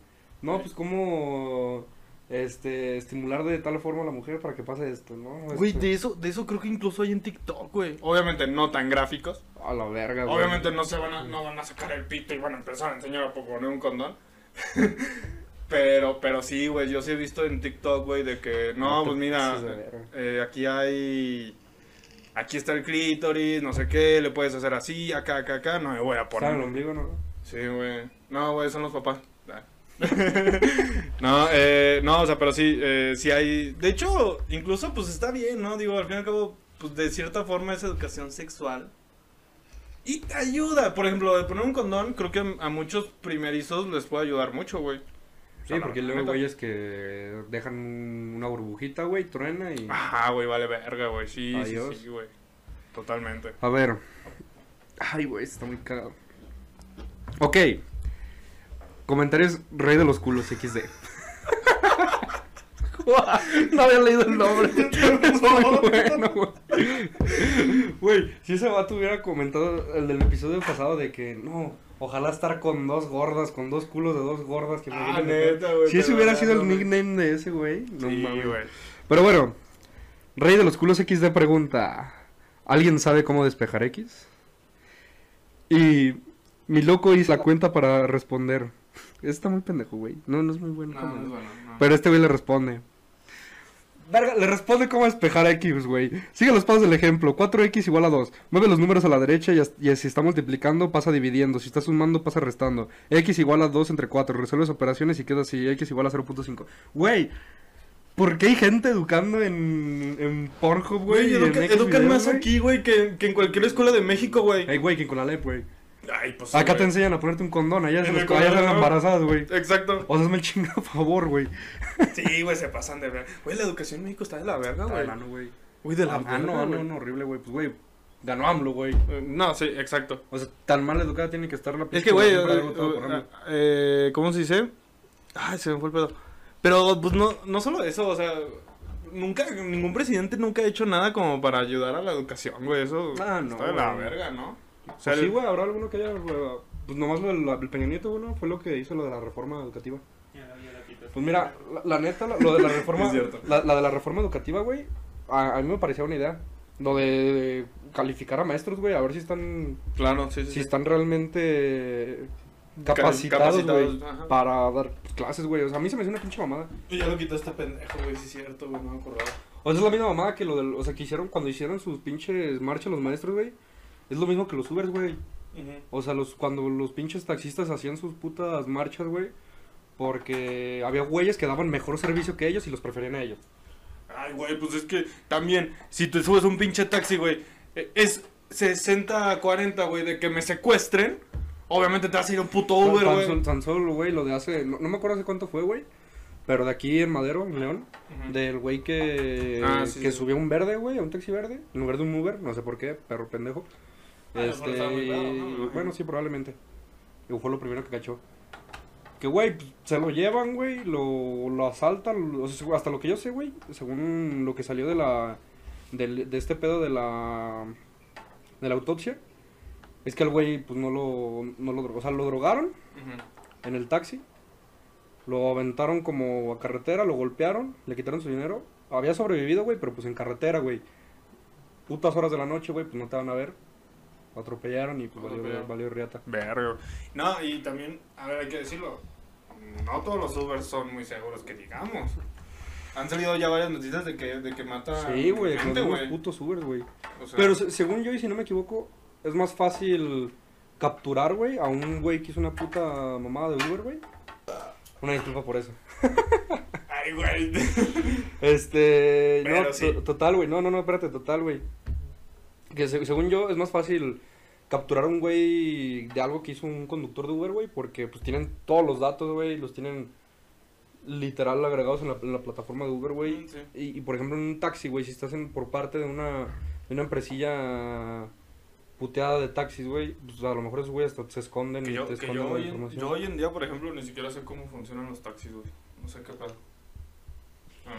Speaker 2: No, pues cómo. Este. Estimular de tal forma a la mujer para que pase esto, ¿no?
Speaker 1: Güey,
Speaker 2: Este,
Speaker 1: de eso, de eso creo que incluso hay en TikTok, güey. Pues Obviamente no tan gráficos.
Speaker 2: A la verga, Ah, güey.
Speaker 1: Obviamente no se van a, no van a sacar el pito y van a empezar a enseñar a poner un condón. pero, pero sí, güey, yo sí he visto en TikTok, güey, de que no,
Speaker 2: No te
Speaker 1: pues mira,
Speaker 2: pases Ah, de verga.
Speaker 1: eh, aquí hay. Aquí está el clítoris, no sé qué, le puedes hacer así, acá, acá, acá, no me voy a
Speaker 2: Está en el
Speaker 1: poner.
Speaker 2: ombligo, ¿no?
Speaker 1: Sí, güey. No, güey, son los papás. Ah. no, eh, no, o sea, pero sí, eh, sí hay. De hecho, incluso, pues está bien, ¿no? Digo, al fin y al cabo, pues de cierta forma es educación sexual. Y te ayuda. Por ejemplo, de poner un condón, creo que a muchos primerizos les puede ayudar mucho, güey. O sea,
Speaker 2: Sí,
Speaker 1: la
Speaker 2: porque
Speaker 1: neta.
Speaker 2: luego güeyes que dejan una burbujita, güey, truena y.
Speaker 1: Ajá, güey, vale verga, güey. Sí, sí,
Speaker 2: Adiós.
Speaker 1: sí, güey. Totalmente.
Speaker 2: A ver. Ay, güey, está muy cagado. Ok. Comentarios Rey de los Culos XD. no había leído el nombre. Es muy bueno, güey. Güey, si ese vato hubiera comentado el del episodio pasado de que no, ojalá estar con dos gordas, con dos culos de dos gordas que me
Speaker 1: Ah,
Speaker 2: vienen de-
Speaker 1: neta, güey.
Speaker 2: Si ese
Speaker 1: pero
Speaker 2: hubiera
Speaker 1: ya
Speaker 2: sido
Speaker 1: no
Speaker 2: el
Speaker 1: me-
Speaker 2: nickname de ese güey, no
Speaker 1: sí,
Speaker 2: mames.
Speaker 1: güey.
Speaker 2: Pero bueno, Rey de los culos XD pregunta: ¿Alguien sabe cómo despejar X? Y mi loco hizo la cuenta para responder. Está muy pendejo, güey. No, no es muy bueno.
Speaker 1: No,
Speaker 2: como-
Speaker 1: no es bueno, no.
Speaker 2: Pero este güey le responde. Verga, le responde cómo despejar X, güey. Sigue los pasos del ejemplo. 4X igual a 2. Mueve los números a la derecha y, as- y si está multiplicando pasa dividiendo. Si está sumando pasa restando. X igual a 2 entre 4. Resuelves operaciones y queda así. X igual a 0.5. Güey, ¿por qué hay gente educando en, en Pornhub, güey?
Speaker 1: Güey,
Speaker 2: y en
Speaker 1: educa-
Speaker 2: X
Speaker 1: educan
Speaker 2: video,
Speaker 1: más
Speaker 2: güey?
Speaker 1: aquí, güey, que, que en cualquier escuela de México, güey.
Speaker 2: Ey, güey, que con la ley, güey.
Speaker 1: Ay, pues. sí,
Speaker 2: Acá te
Speaker 1: güey.
Speaker 2: enseñan a ponerte un condón. Allá se
Speaker 1: En
Speaker 2: los
Speaker 1: el
Speaker 2: allá
Speaker 1: condón,
Speaker 2: están
Speaker 1: ¿no?
Speaker 2: embarazadas, güey.
Speaker 1: Exacto.
Speaker 2: O sea, es el chingo a favor, güey.
Speaker 1: Sí, güey, se pasan de verga. Güey, la educación en México está de la verga, güey.
Speaker 2: Está enano, güey.
Speaker 1: Güey, de la
Speaker 2: Ah, no,
Speaker 1: verga,
Speaker 2: ah, no,
Speaker 1: güey.
Speaker 2: no, horrible, güey. Pues, güey, ganó AMLO, güey.
Speaker 1: Eh, No, sí, exacto.
Speaker 2: O sea, tan mal educada tiene que estar la
Speaker 1: Es que, güey,
Speaker 2: población para
Speaker 1: eh,
Speaker 2: algo todo por AMLO.
Speaker 1: eh, eh, ¿cómo se dice? Ay, se me fue el pedo. Pero, pues, no, no solo eso, o sea, nunca, ningún presidente nunca ha hecho nada como para ayudar a la educación, güey, eso
Speaker 2: Ah, no,
Speaker 1: está de la
Speaker 2: güey.
Speaker 1: verga, ¿no? O sea,
Speaker 2: Pues sí,
Speaker 1: el-
Speaker 2: güey, habrá alguno que haya. güey, Pues nomás lo del el Peña Nieto, güey, ¿no? fue lo que hizo lo de la reforma educativa. Pues mira, la, la neta, la- lo de la reforma.
Speaker 1: Es cierto.
Speaker 2: la, la de la reforma educativa, güey, a, a mí me parecía una idea. Lo de, de calificar a maestros, güey, a ver si están,
Speaker 1: claro, sí, sí.
Speaker 2: si
Speaker 1: sí.
Speaker 2: están realmente capacitados, güey,
Speaker 1: capacitados, ajá.
Speaker 2: para dar pues, clases, güey. O sea, a mí se me hizo una pinche mamada.
Speaker 1: Y ya lo quitó este pendejo, güey, sí es cierto, güey, no me acordaba.
Speaker 2: O sea, es la misma mamada que lo del, o sea, que hicieron cuando hicieron sus pinches marchas los maestros, güey. Es lo mismo que los Ubers, güey.
Speaker 1: Ujú.
Speaker 2: O sea, los cuando los pinches taxistas hacían sus putas marchas, güey, porque había güeyes que daban mejor servicio que ellos y los preferían a ellos.
Speaker 1: Ay, güey, pues es que también, si tú subes un pinche taxi, güey, eh, es 60 a 40, güey, de que me secuestren Obviamente te has ido un puto Uber,
Speaker 2: tan,
Speaker 1: güey.
Speaker 2: tan- tan solo, güey, lo de hace. No, no me acuerdo hace cuánto fue, güey. Pero de aquí en Madero, en León.
Speaker 1: Ujú.
Speaker 2: Del güey que,
Speaker 1: Ah, sí,
Speaker 2: que
Speaker 1: sí.
Speaker 2: subió un verde, güey, a un taxi verde. En lugar de un Uber, no sé por qué, perro pendejo.
Speaker 1: Ah, A lo mejor
Speaker 2: Este,
Speaker 1: estaba muy pedo, ¿no? Me imagino.
Speaker 2: Bueno, sí, probablemente. Y fue lo primero que cachó. Que, güey, pues, se lo llevan, güey, lo, lo asaltan. lo- o sea, hasta lo que yo sé, güey, según lo que salió de la. del- de este pedo de la. de la autopsia. Es que el güey, pues no lo. No lo dro- o sea, lo drogaron
Speaker 1: Ujú.
Speaker 2: en el taxi. Lo aventaron como a carretera, lo golpearon, le quitaron su dinero. Había sobrevivido, güey, pero pues en carretera, güey. Putas horas de la noche, güey, pues no te van a ver. Lo atropellaron y pues valió,
Speaker 1: Atropellaron.
Speaker 2: valió riata.
Speaker 1: Verga. No, y también, a ver, hay que decirlo. No todos los Ubers son muy seguros que digamos. Han salido ya varias noticias de que, de que mata
Speaker 2: Sí, güey, los
Speaker 1: gente,
Speaker 2: mismos
Speaker 1: güey.
Speaker 2: putos Ubers, güey.
Speaker 1: O sea,
Speaker 2: Pero se- según yo, y si no me equivoco, es más fácil capturar, güey, a un güey que hizo una puta mamada de Uber, güey. Una disculpa por eso.
Speaker 1: Ay, güey.
Speaker 2: Este.
Speaker 1: Pero
Speaker 2: no,
Speaker 1: sí.
Speaker 2: to- total, güey. No, no, no, espérate, total, güey. Que se- según yo es más fácil capturar a un güey de algo que hizo un conductor de Uber, güey, porque pues tienen todos los datos, güey, los tienen literal agregados en la, en la plataforma de Uber, güey.
Speaker 1: Sí.
Speaker 2: Y, y, por ejemplo, en un taxi, güey, si estás en- por parte de una, de una empresilla puteada de taxis, güey, pues a lo mejor esos güeyes hasta se esconden
Speaker 1: Que
Speaker 2: y
Speaker 1: yo,
Speaker 2: te
Speaker 1: que
Speaker 2: esconden
Speaker 1: yo
Speaker 2: la
Speaker 1: hoy, en-
Speaker 2: información.
Speaker 1: yo hoy en día, por ejemplo, ni siquiera sé cómo funcionan los taxis, güey. No sé qué pedo. Ah,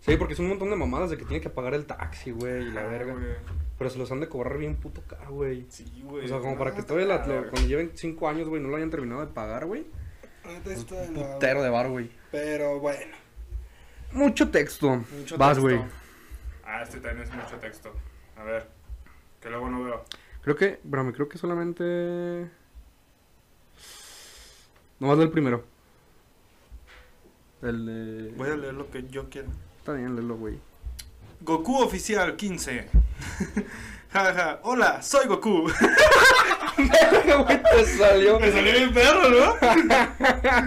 Speaker 2: Sí, porque es un montón de mamadas de que tiene que pagar el taxi, güey, y la verga.
Speaker 1: Ah, güey.
Speaker 2: Pero se los han de cobrar bien puto caro, güey.
Speaker 1: Sí, güey.
Speaker 2: O sea, como para que
Speaker 1: Ah,
Speaker 2: todavía la-
Speaker 1: la
Speaker 2: lo-
Speaker 1: verga.
Speaker 2: cuando lleven 5 años, güey, no lo hayan terminado de pagar, güey.
Speaker 3: Ahorita está de la-
Speaker 2: Putero de bar, güey.
Speaker 3: Pero bueno.
Speaker 2: Mucho texto.
Speaker 1: Mucho
Speaker 2: Vas,
Speaker 1: texto.
Speaker 2: güey.
Speaker 1: Ah, este también es mucho texto. A ver. Que luego no veo.
Speaker 2: Creo que, pero me creo que solamente... Nomás del primero. El de...
Speaker 1: leer lo que yo quiero.
Speaker 2: Está bien, léelo, güey.
Speaker 1: Goku Oficial 15. Jaja, hola, soy Goku.
Speaker 2: güey, te salió.
Speaker 1: Me salió bien perro, ¿no?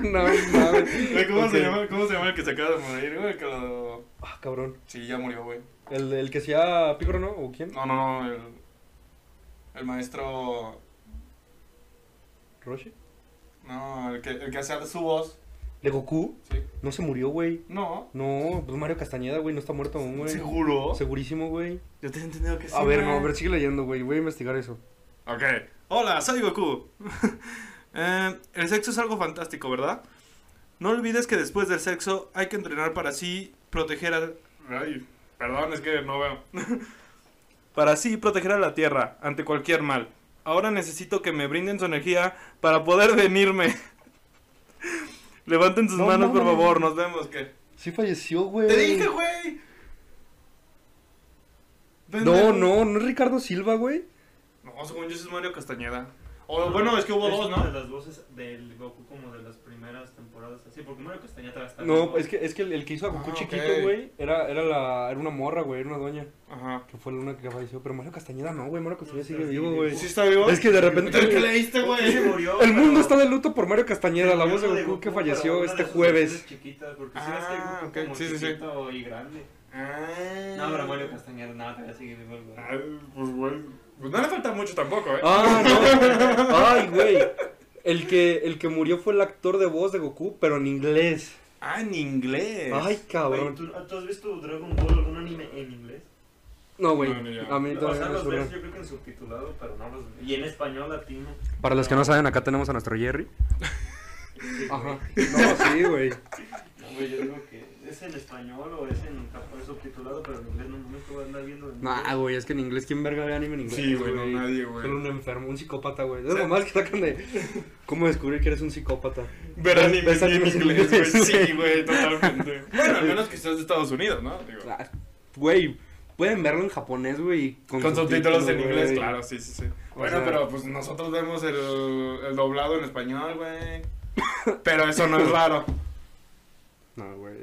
Speaker 2: no, mames.
Speaker 1: Güey, ¿Cómo, se
Speaker 2: Ok.
Speaker 1: llama, ¿Cómo se llama el que se acaba de morir, güey? Que lo...
Speaker 2: Ah, cabrón.
Speaker 1: Sí, ya murió, güey.
Speaker 2: ¿El, el que sea Picoro, no? ¿O quién?
Speaker 1: No, no, no, el, el maestro...
Speaker 2: ¿Roshi?
Speaker 1: No, el que, el que hacía su voz.
Speaker 2: ¿De Goku?
Speaker 1: Sí.
Speaker 2: No se murió, güey.
Speaker 1: No.
Speaker 2: No, pues Mario Castañeda, güey, no está muerto aún, güey.
Speaker 1: ¿Seguro?
Speaker 2: Segurísimo, güey.
Speaker 1: Yo te he entendido que sí.
Speaker 2: A ver, no,
Speaker 1: güey.
Speaker 2: a ver, sigue leyendo, güey. Voy a investigar eso.
Speaker 1: Ok. Hola, soy Goku. Eh, el sexo es algo fantástico, ¿verdad? No olvides que después del sexo hay que entrenar para así proteger al... Ay, perdón, es que no veo. para así proteger a la Tierra ante cualquier mal. Ahora necesito que me brinden su energía para poder venirme. Levanten sus
Speaker 2: No
Speaker 1: manos, por
Speaker 2: mames.
Speaker 1: favor, nos vemos. ¿qué?
Speaker 2: Sí falleció, güey.
Speaker 1: ¡Te dije, güey!
Speaker 2: No,
Speaker 1: Pendejo.
Speaker 2: no, no es Ricardo Silva, güey.
Speaker 1: No, según yo ese es Mario Castañeda. O, bueno, es que hubo
Speaker 4: Es
Speaker 1: dos,
Speaker 4: una
Speaker 1: ¿no?
Speaker 4: De las voces del Goku como de las primeras temporadas, así, porque Mario Castañeda todavía está
Speaker 2: No,
Speaker 4: vivo.
Speaker 2: es que, es que el, el que hizo a Goku
Speaker 1: Ah,
Speaker 2: chiquito,
Speaker 1: ok.
Speaker 2: güey, era, era, la, era una morra, güey, era una doña.
Speaker 1: Ajá.
Speaker 2: Que fue la una que falleció. Pero Mario Castañeda no, güey. Mario Castañeda
Speaker 4: No,
Speaker 2: sigue
Speaker 4: está
Speaker 2: vivo,
Speaker 4: vivo.
Speaker 2: güey.
Speaker 1: ¿Sí está vivo?
Speaker 2: Es que de repente.
Speaker 1: ¿Qué leíste,
Speaker 4: Sí Este se
Speaker 1: güey?
Speaker 4: murió,
Speaker 2: El mundo
Speaker 4: pero-
Speaker 2: está de luto por Mario Castañeda, la
Speaker 4: pero
Speaker 2: voz
Speaker 4: no
Speaker 2: de Goku que
Speaker 4: pero
Speaker 2: falleció
Speaker 4: una
Speaker 2: este
Speaker 4: de sus
Speaker 2: jueves.
Speaker 4: versiones chiquitas, porque sí
Speaker 1: Ah,
Speaker 4: ves que Goku
Speaker 1: ok,
Speaker 4: como
Speaker 1: sí, sí, sí.
Speaker 4: chiquito y grande.
Speaker 1: Ah.
Speaker 4: No, pero Mario Castañeda, no, todavía sigue vivo el güey.
Speaker 1: Ah, Pues, güey. Pues no le falta mucho tampoco, ¿eh?
Speaker 2: Ah, no. Ay, güey. El que, el que murió fue el actor de voz de Goku, pero en inglés.
Speaker 1: Ah, en inglés.
Speaker 2: Ay,
Speaker 4: Güey,
Speaker 2: cabrón.
Speaker 4: ¿tú, ¿Tú has visto Dragon Ball, algún anime en inglés?
Speaker 2: No, güey.
Speaker 1: No, ni yo.
Speaker 2: A mí
Speaker 4: O
Speaker 2: todavía
Speaker 4: sea,
Speaker 2: no me
Speaker 4: los ves
Speaker 2: suena.
Speaker 4: yo creo que en subtitulado, pero no los Y en español latino.
Speaker 2: Para los que no saben, acá tenemos a nuestro Jerry.
Speaker 4: Sí,
Speaker 2: Ajá. No, sí, güey.
Speaker 4: No, güey, yo digo que es en español o es en japonés subtitulado, pero en inglés no me puedo andar viendo. en
Speaker 2: Nah,
Speaker 4: inglés.
Speaker 2: güey, es que en inglés, ¿quién verga ve anime en inglés?
Speaker 1: Sí, güey, no, nadie, güey.
Speaker 2: Solo un enfermo, un psicópata, güey. Es lo más que sacan de. ¿Cómo descubrir que eres un psicópata?
Speaker 1: Ver anime
Speaker 2: Ves
Speaker 1: en
Speaker 2: anime en
Speaker 1: inglés, güey.
Speaker 2: inglés,
Speaker 1: Sí, güey, totalmente. Bueno, al menos que seas de Estados Unidos, ¿no? Digo,
Speaker 2: Ah, Güey, pueden verlo en japonés, güey.
Speaker 1: Con subtítulos en inglés,
Speaker 2: güey.
Speaker 1: claro, sí, sí, sí.
Speaker 2: O
Speaker 1: Bueno,
Speaker 2: sea-
Speaker 1: pero pues nosotros vemos el, el doblado en español, güey. Pero eso no es raro.
Speaker 2: No, güey.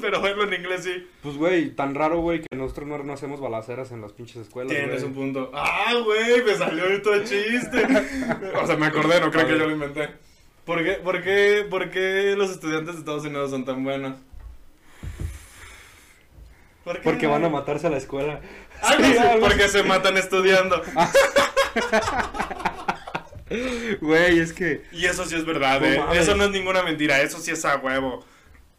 Speaker 1: Pero verlo en inglés sí.
Speaker 2: Pues, güey, tan raro, güey, que nosotros no, no hacemos balaceras en las pinches escuelas.
Speaker 1: Tienes
Speaker 2: güey.
Speaker 1: un punto. Ah, güey, me salió otro chiste. O sea, me acordé, no creo que yo lo inventé. ¿Por qué, por, qué, ¿Por qué los estudiantes de Estados Unidos son tan buenos? ¿Por qué? Ah,
Speaker 2: Porque van a matarse a la escuela.
Speaker 1: Algo así,
Speaker 2: Sí, algo
Speaker 1: porque se matan estudiando.
Speaker 2: Güey, es que.
Speaker 1: Y eso sí es verdad,
Speaker 2: No
Speaker 1: eh.
Speaker 2: mames.
Speaker 1: Eso no es ninguna mentira, eso sí es a huevo.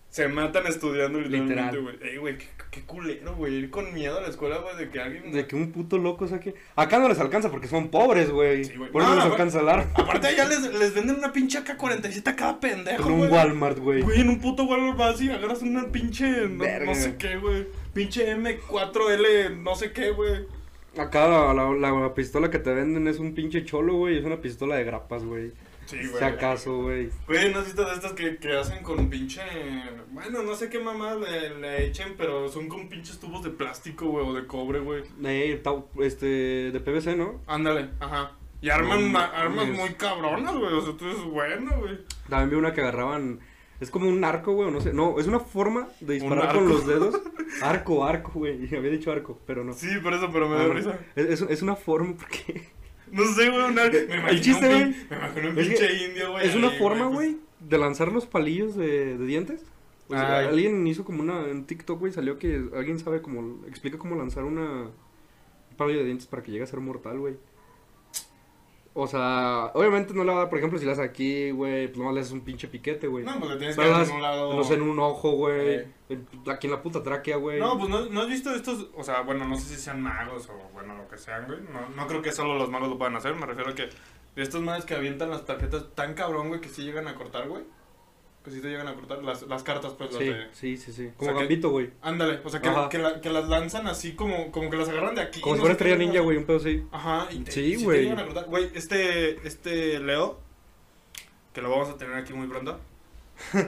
Speaker 1: Se matan estudiando literalmente,
Speaker 2: Literal.
Speaker 1: güey. Ey, güey, qué, qué culero, güey. Ir con miedo a la escuela, güey, de que alguien.
Speaker 2: De que un puto loco saque. Acá no les alcanza porque son pobres, güey.
Speaker 1: Sí, güey.
Speaker 2: Por eso
Speaker 1: No,
Speaker 2: les
Speaker 1: güey.
Speaker 2: alcanza el arma.
Speaker 1: Aparte, allá les, les venden una pinche AK-47 a cada pendejo,
Speaker 2: En un
Speaker 1: güey.
Speaker 2: Walmart, güey.
Speaker 1: Güey, en un puto Walmart vas y agarras una pinche. No,
Speaker 2: Verga.
Speaker 1: no sé qué, güey. Pinche M4L, no sé qué, güey.
Speaker 2: Acá la, la- la pistola que te venden es un pinche cholo, güey. Es una pistola de grapas, güey.
Speaker 1: Sí,
Speaker 2: Si acaso, güey.
Speaker 1: Güey, ¿no has visto de estas que, que hacen con pinche... Bueno, no sé qué mamá le, le echen, pero son con pinches tubos de plástico, güey, o de cobre, güey.
Speaker 2: Eh, tau- este, de PVC, ¿no?
Speaker 1: Ándale, ajá. Y arman
Speaker 2: No
Speaker 1: ma-
Speaker 2: mames.
Speaker 1: armas muy cabronas, güey. O sea, tú dices, bueno, güey.
Speaker 2: También vi una que agarraban. Es como un arco, güey, o no sé. No, es una forma de
Speaker 1: Un
Speaker 2: disparar con
Speaker 1: arco.
Speaker 2: los dedos. Arco, arco, güey. Había dicho arco, pero no.
Speaker 1: Sí, por eso, pero me
Speaker 2: Ah,
Speaker 1: da
Speaker 2: no.
Speaker 1: risa.
Speaker 2: Es, es- es una forma porque.
Speaker 1: No sé, güey, una... Me imagino
Speaker 2: chiste,
Speaker 1: un pin-
Speaker 2: güey,
Speaker 1: Me imagino un
Speaker 2: es que
Speaker 1: pinche indio, güey.
Speaker 2: es una
Speaker 1: ahí,
Speaker 2: forma,
Speaker 1: pues,
Speaker 2: güey, de lanzar los palillos de, de dientes. O sea,
Speaker 1: Ay.
Speaker 2: alguien hizo como una. En TikTok, güey, salió que alguien sabe cómo. Explica cómo lanzar una. Un palillo de dientes para que llegue a ser mortal, güey. O sea, obviamente no la va a dar, por ejemplo, si la haces aquí, güey, pues nomás le haces un pinche piquete, güey.
Speaker 1: No, pues le tienes que
Speaker 2: Pero
Speaker 1: dar
Speaker 2: las-
Speaker 1: en un lado...
Speaker 2: No sé, en un ojo, güey.
Speaker 1: Eh.
Speaker 2: en- Aquí en la puta tráquea, güey.
Speaker 1: No, pues no, no has visto estos, o sea, bueno, no sé si sean magos o bueno, lo que sean, güey. No, no creo que solo los magos lo puedan hacer, me refiero a que de estos madres que avientan las tarjetas tan cabrón, güey, que sí llegan a cortar, güey. Que sí te llegan a cortar las, las cartas, pues, las
Speaker 2: sí,
Speaker 1: de...
Speaker 2: sí, sí, sí.
Speaker 1: O sea
Speaker 2: Como
Speaker 1: que-
Speaker 2: gambito, güey.
Speaker 1: Ándale, o sea, que,
Speaker 2: Ajá.
Speaker 1: que, la- que las lanzan así como, como que las agarran de aquí.
Speaker 2: Como si
Speaker 1: no
Speaker 2: fuera
Speaker 1: sé qué
Speaker 2: estrella
Speaker 1: verga.
Speaker 2: ninja, güey, un pedo así.
Speaker 1: Ajá, y te,
Speaker 2: Sí,
Speaker 1: y sí te
Speaker 2: güey.
Speaker 1: llegan a cortar. Güey, este, este Leo, que lo vamos a tener aquí muy pronto.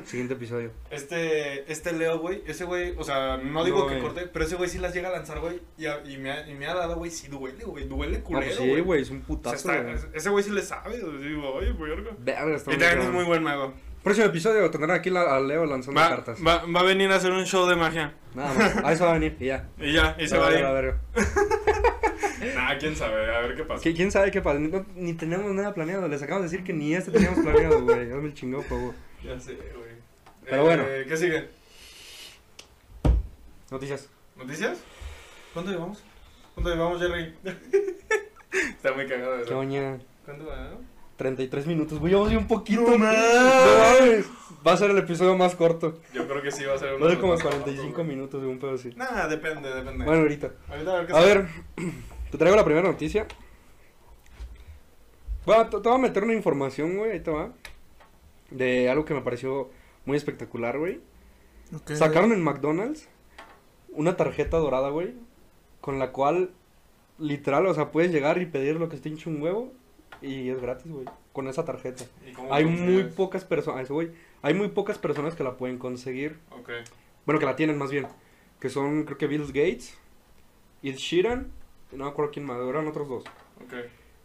Speaker 2: Siguiente episodio.
Speaker 1: Este, este Leo, güey, ese güey, o sea, no digo
Speaker 2: No,
Speaker 1: que
Speaker 2: güey.
Speaker 1: corte, pero ese güey sí las llega a lanzar, güey, y, a- y me ha, y me ha dado, güey, sí duele, güey, duele
Speaker 2: Ah,
Speaker 1: culero,
Speaker 2: pues
Speaker 1: güey.
Speaker 2: sí, güey, es un
Speaker 1: O sea,
Speaker 2: putazo,
Speaker 1: está-
Speaker 2: güey.
Speaker 1: ese güey sí le sabe, o sea, digo, oye, verga.
Speaker 2: Verga,
Speaker 1: Y
Speaker 2: está
Speaker 1: también es
Speaker 2: cabrón.
Speaker 1: muy buen mago.
Speaker 2: Próximo episodio tendrán aquí la- a Leo lanzando
Speaker 1: Va,
Speaker 2: cartas.
Speaker 1: va, va a venir a hacer un show de magia.
Speaker 2: Nada más. A eso va a venir y ya.
Speaker 1: Y ya, y se
Speaker 2: La
Speaker 1: va a
Speaker 2: verga, la
Speaker 1: ir.
Speaker 2: verga.
Speaker 1: Nah, quién sabe, a ver qué pasa.
Speaker 2: ¿Qui- ¿Quién sabe qué pasa? Ni, no- ni tenemos nada planeado. Les acabamos de decir que ni este teníamos planeado, güey. Dame el chingado, por favor.
Speaker 1: Ya sé, güey. Eh,
Speaker 2: Pero bueno.
Speaker 1: ¿Qué sigue?
Speaker 2: Noticias.
Speaker 1: ¿Noticias? ¿Cuánto llevamos? ¿Cuánto llevamos, Jerry? Está muy cagado
Speaker 2: ¿Qué
Speaker 1: eso.
Speaker 2: oña?
Speaker 1: ¿Cuánto va?
Speaker 2: 33 minutos, güey. Vamos a ir un poquito.
Speaker 1: No mames.
Speaker 2: No mames. Va a ser el episodio más corto.
Speaker 1: Yo creo que sí va a ser
Speaker 2: Va a
Speaker 1: unos
Speaker 2: ser como
Speaker 1: 45
Speaker 2: 45 minutos de un pedo así.
Speaker 1: Nah, depende, depende.
Speaker 2: Bueno, ahorita.
Speaker 1: Ahorita a ver qué
Speaker 2: A
Speaker 1: sale.
Speaker 2: ver, te traigo la primera noticia. Bueno, te, te voy a meter una información, güey, ahí te va. De algo que me pareció muy espectacular, güey. Sacaron en McDonald's una tarjeta dorada, güey, con la cual, literal, o sea, puedes llegar y pedir lo que esté hincho un huevo y es gratis, güey, con esa tarjeta.
Speaker 1: ¿Y cómo
Speaker 2: Hay
Speaker 1: consigues?
Speaker 2: muy pocas personas, güey, hay muy pocas personas que la pueden conseguir.
Speaker 1: Ok.
Speaker 2: Bueno, que la tienen más bien. Que son, creo que Bill Gates, Ed Sheeran, y no me acuerdo quién más, eran otros dos.
Speaker 1: Ok.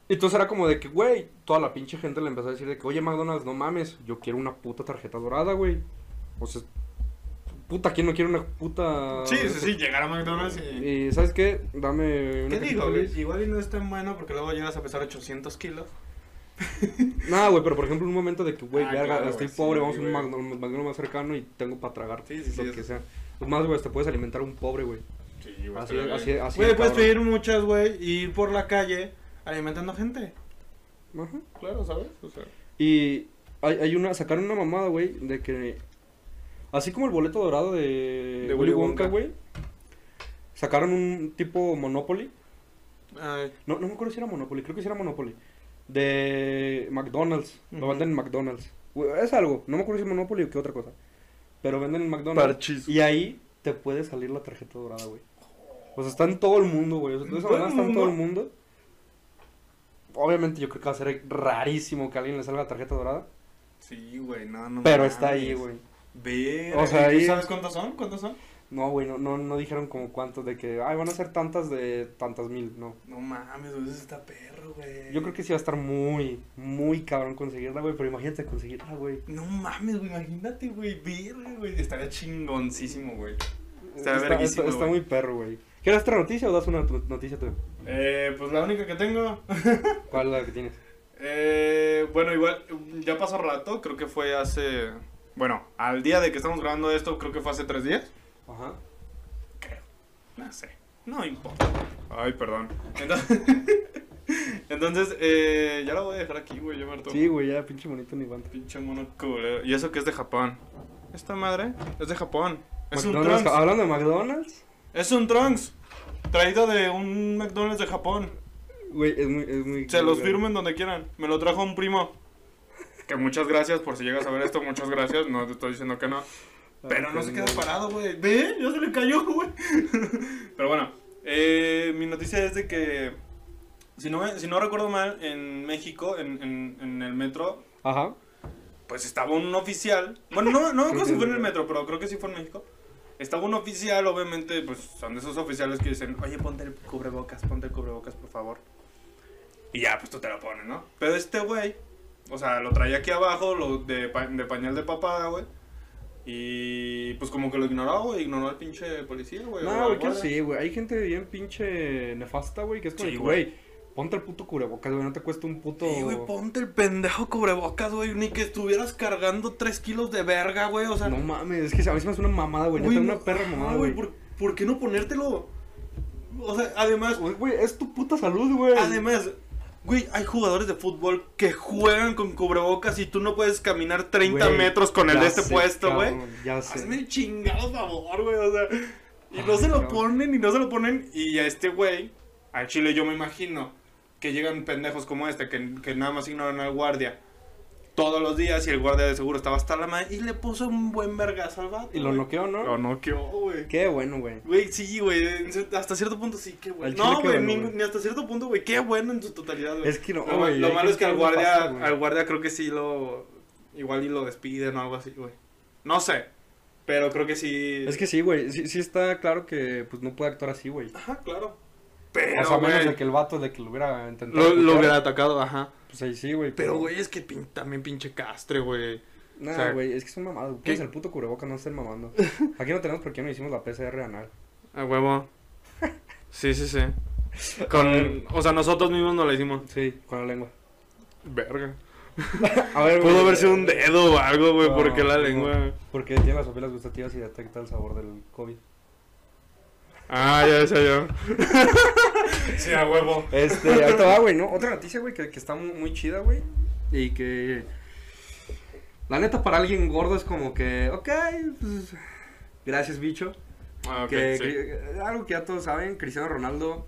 Speaker 2: Y entonces era como de que, güey, toda la pinche gente le empezó a decir de que, oye, McDonald's, no mames, yo quiero una puta tarjeta dorada, güey. O sea, puta, ¿quién no quiere una puta.
Speaker 1: Sí, sí, sí, llegar a McDonald's y...
Speaker 2: Ah, Y, ¿sabes qué? Dame una.
Speaker 1: ¿Qué
Speaker 2: cajita
Speaker 1: digo?
Speaker 2: feliz.
Speaker 1: güey? Igual y no es tan bueno porque luego llegas a pesar 800 kilos.
Speaker 2: Nah, güey, pero por ejemplo, un momento de que, güey,
Speaker 1: Ah,
Speaker 2: verga,
Speaker 1: claro,
Speaker 2: estoy
Speaker 1: güey, sí,
Speaker 2: pobre, vamos a un
Speaker 1: güey.
Speaker 2: McDonald's, McDonald's más cercano y tengo para tragar
Speaker 1: Sí, sí, sí,
Speaker 2: lo
Speaker 1: eso
Speaker 2: que
Speaker 1: sí.
Speaker 2: sea. Pues más, güey, te puedes alimentar a un pobre, güey.
Speaker 1: Sí, igual.
Speaker 2: Así, así, así.
Speaker 1: Güey, puedes
Speaker 2: cabrón.
Speaker 1: pedir muchas, güey, y ir por la calle alimentando gente.
Speaker 2: Ajá.
Speaker 1: Claro, ¿sabes? O sea...
Speaker 2: Y hay, hay una, sacaron una mamada, güey, de que así como el boleto dorado de,
Speaker 1: De Willy
Speaker 2: Willy Wonka,
Speaker 1: Wonka.
Speaker 2: güey, sacaron un tipo Monopoly.
Speaker 1: Ay,
Speaker 2: No, no me acuerdo si era Monopoly, creo que sí era Monopoly. De McDonald's, lo
Speaker 1: Ujú.
Speaker 2: venden en McDonald's. Güey, Es algo, no me acuerdo si es Monopoly o qué otra cosa. Pero venden en McDonald's.
Speaker 1: Parchís.
Speaker 2: Y ahí te puede salir la tarjeta dorada, güey. O sea, está en todo el mundo, güey. O sea, de esa
Speaker 1: ¿Todo el
Speaker 2: manera está en
Speaker 1: mundo?
Speaker 2: todo el mundo. Obviamente yo creo que va a ser rarísimo que a alguien le salga la tarjeta dorada.
Speaker 1: Sí, güey, no, no.
Speaker 2: Pero
Speaker 1: mames.
Speaker 2: está ahí, güey.
Speaker 1: Ve.
Speaker 2: O sea,
Speaker 1: ¿y
Speaker 2: ahí-
Speaker 1: ¿Sabes cuántos son? ¿Cuántos son?
Speaker 2: No, güey, no, no, no dijeron como cuántos de que, ay, van a ser tantas de tantas mil, no.
Speaker 1: No mames, güey, ese está perro, güey.
Speaker 2: Yo creo que sí va a estar muy, muy cabrón conseguirla, güey, pero imagínate conseguirla, güey.
Speaker 1: No mames, güey, imagínate, güey, verga, güey. Estaría chingoncísimo, güey. Está
Speaker 2: está,
Speaker 1: verguísima,
Speaker 2: está
Speaker 1: güey.
Speaker 2: muy perro, güey. ¿Quieres otra noticia o das una tu- noticia tú?
Speaker 1: Eh, pues la única que tengo.
Speaker 2: ¿Cuál es la que tienes?
Speaker 1: Eh, bueno, igual, ya pasó rato, creo que fue hace. Bueno, al día de que estamos grabando esto, creo que fue hace tres días.
Speaker 2: Ajá.
Speaker 1: No sé, no importa. Ay, perdón. Entonces, Entonces, eh, ya la voy a dejar aquí, güey, ya me hartó.
Speaker 2: Sí, güey, ya pinche bonito ni banda.
Speaker 1: Pinche mono culero. Y eso que es de Japón. Esta madre es de Japón. Es un
Speaker 2: McDonald's, ah.
Speaker 1: Trunks.
Speaker 2: Hablando de McDonald's,
Speaker 1: Es un Trunks. Traído de un McDonald's de Japón.
Speaker 2: güey, es muy, es muy.
Speaker 1: Se los
Speaker 2: güey.
Speaker 1: firmen donde quieran. Me lo trajo un primo. Que muchas gracias por si llegas a ver esto, muchas gracias. No te estoy diciendo que no.
Speaker 2: Ah,
Speaker 1: Pero no
Speaker 2: qué
Speaker 1: se queda
Speaker 2: lindo.
Speaker 1: parado, güey. Ve, ya se le cayó, güey. Pero bueno, eh, mi noticia es de que, si no, me- si no recuerdo mal, en México, en, en- en el metro,
Speaker 2: Ajá.
Speaker 1: pues estaba un oficial. Bueno, no, no creo
Speaker 2: Creo
Speaker 1: si
Speaker 2: que
Speaker 1: fue en
Speaker 2: sí.
Speaker 1: el metro, pero creo que sí fue en México. Estaba un oficial, obviamente, pues son de esos oficiales que dicen, oye, ponte el cubrebocas, ponte el cubrebocas, por favor. Y ya, pues tú te lo pones, ¿no? Pero este güey, o sea, lo traía aquí abajo, lo de, pa- de pañal de papada, güey. Y pues como que lo ignoró, güey, ignoró al pinche policía, güey. o al
Speaker 2: No, güey, que
Speaker 1: guardia.
Speaker 2: sí, güey. Hay gente bien pinche nefasta, güey, que es como,
Speaker 1: Sí,
Speaker 2: de que,
Speaker 1: güey.
Speaker 2: güey, ponte el puto cubrebocas, güey, no te cuesta un puto.
Speaker 1: Sí, güey, ponte el pendejo cubrebocas, güey. Ni que estuvieras cargando 3 kilos de verga, güey. O sea,
Speaker 2: No mames, es que a mí se me hace una mamada, güey. Neta,
Speaker 1: Güey,
Speaker 2: una
Speaker 1: no-
Speaker 2: perra
Speaker 1: no,
Speaker 2: mamada, Ah, güey.
Speaker 1: ¿por, por qué no ponértelo? O sea, además,
Speaker 2: Güey, Güey, es tu puta salud, güey.
Speaker 1: además, güey, hay jugadores de fútbol que juegan con cubrebocas y tú no puedes caminar 30
Speaker 2: Güey,
Speaker 1: metros con el
Speaker 2: ya
Speaker 1: de este
Speaker 2: sé,
Speaker 1: puesto, güey.
Speaker 2: cabrón, Ya sé.
Speaker 1: Hazme el chingado favor, güey, o sea. Y no se lo
Speaker 2: cabrón.
Speaker 1: ponen y no se lo ponen. Y a este güey, al chile yo me imagino que llegan pendejos como este, que, que nada más ignoran al guardia todos los días y el guardia de seguro estaba hasta la madre y le puso un buen vergazo al vato.
Speaker 2: Y lo
Speaker 1: güey.
Speaker 2: noqueó, ¿no?
Speaker 1: Lo noqueó, güey.
Speaker 2: Qué bueno, güey.
Speaker 1: Güey, sí, güey, en cier- hasta cierto punto sí, qué bueno.
Speaker 2: Al chile
Speaker 1: No,
Speaker 2: qué
Speaker 1: güey,
Speaker 2: bueno,
Speaker 1: ni,
Speaker 2: güey.
Speaker 1: ni hasta cierto punto, güey, qué bueno en su totalidad, güey.
Speaker 2: Es que no,
Speaker 1: lo,
Speaker 2: güey,
Speaker 1: lo
Speaker 2: hay
Speaker 1: malo es que al
Speaker 2: gente
Speaker 1: guardia,
Speaker 2: bien pasa, güey.
Speaker 1: al guardia creo que sí lo, igual y lo despiden o algo así, güey. No sé, pero creo que sí.
Speaker 2: Es que sí, güey. Sí, sí está claro que pues no puede actuar así, güey.
Speaker 1: Ajá, claro.
Speaker 2: O sea,
Speaker 1: Pero,
Speaker 2: a menos de
Speaker 1: güey,
Speaker 2: que el vato de que lo hubiera intentado.
Speaker 1: lo, lo
Speaker 2: putear,
Speaker 1: hubiera atacado, ajá.
Speaker 2: Pues ahí sí, güey.
Speaker 1: Pero, güey, es que pin- también pinche castre, güey.
Speaker 2: No,
Speaker 1: o sea,
Speaker 2: güey, es que es un mamado.
Speaker 1: ¿qué?
Speaker 2: Pónganse el puto cubrebocas, no estén mamando. Aquí no tenemos porque no hicimos la PCR anal.
Speaker 1: A huevo. Sí, sí, sí. Con, o sea, nosotros mismos no la hicimos.
Speaker 2: Sí, con la lengua.
Speaker 1: Verga.
Speaker 2: A ver,
Speaker 1: Pudo
Speaker 2: güey,
Speaker 1: haber sido un dedo o algo, güey,
Speaker 2: No,
Speaker 1: porque la
Speaker 2: no.
Speaker 1: lengua.
Speaker 2: Porque tiene las papilas gustativas y detecta el sabor del COVID.
Speaker 1: Ah, ya sé yo. sí, a huevo.
Speaker 2: Este, ahorita va, güey, ¿no? Otra noticia, güey, que, que está mu- muy, chida, güey. Y que. La neta, para alguien gordo es como que. Ok, pues. Gracias, bicho.
Speaker 1: Ah, ok,
Speaker 2: que,
Speaker 1: sí.
Speaker 2: que- algo que ya todos saben, Cristiano Ronaldo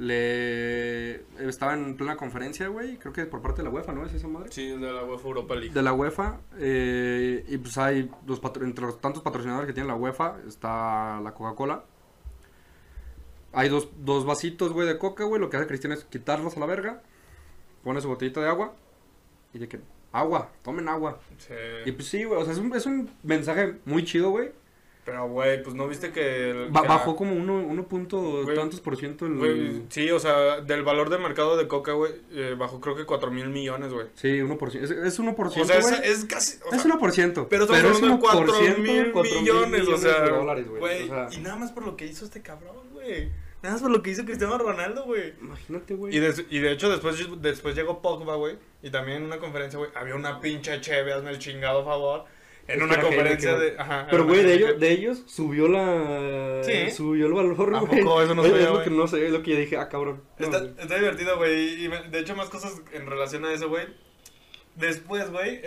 Speaker 2: le estaba en plena conferencia, güey, creo que por parte de la UEFA, ¿no? ¿Es esa madre?
Speaker 1: Sí, el de la UEFA Europa League.
Speaker 2: De la UEFA, eh, y pues hay los patro- entre los tantos patrocinadores que tiene la UEFA está la Coca-Cola. Hay dos, dos vasitos, güey, de coca, güey. Lo que hace Cristiano es quitarlos a la verga. Pone su botellita de agua. Y de que, agua, tomen agua. Y
Speaker 1: Sí.
Speaker 2: pues sí, güey, o sea, es un, es un mensaje muy chido, güey.
Speaker 1: Pero, güey, pues no viste que. el-
Speaker 2: Ba-
Speaker 1: que-
Speaker 2: bajó como uno, uno punto
Speaker 1: Güey,
Speaker 2: tantos por ciento el...
Speaker 1: Güey, sí, o sea, del valor de mercado de Coca, güey, eh, bajó creo que 4 mil millones, güey.
Speaker 2: Sí, 1%. Es, es 1%.
Speaker 1: O sea, es,
Speaker 2: güey.
Speaker 1: es casi. O sea,
Speaker 2: es 1%.
Speaker 1: pero estamos hablando de 4
Speaker 2: 1%,
Speaker 1: mil
Speaker 2: 4 mil
Speaker 1: millones, o sea.
Speaker 2: de dólares, güey.
Speaker 1: güey,
Speaker 2: O sea,
Speaker 1: Y nada más por lo que hizo este cabrón, güey. Nada más por lo que hizo Cristiano Ronaldo, güey.
Speaker 2: imagínate, güey.
Speaker 1: Y de, y de hecho, después, después llegó Pogba, güey. Y también en una conferencia, güey, había una pinche cheve, hazme el chingado favor. En
Speaker 2: Es
Speaker 1: una
Speaker 2: una
Speaker 1: conferencia
Speaker 2: Heineken,
Speaker 1: de. Ajá,
Speaker 2: Pero,
Speaker 1: en
Speaker 2: güey,
Speaker 1: una
Speaker 2: de
Speaker 1: Heineken.
Speaker 2: ellos, de ellos subió la...
Speaker 1: Ah, Sí.
Speaker 2: Subió el valor,
Speaker 1: ¿A
Speaker 2: güey.
Speaker 1: poco? Eso no
Speaker 2: Es-
Speaker 1: sabía,
Speaker 2: Es lo
Speaker 1: güey.
Speaker 2: que no sé, es lo que yo dije, ah, cabrón. No,
Speaker 1: Está,
Speaker 2: güey.
Speaker 1: está divertido, güey. Y me- de hecho, más cosas en relación a eso, güey. Después, güey,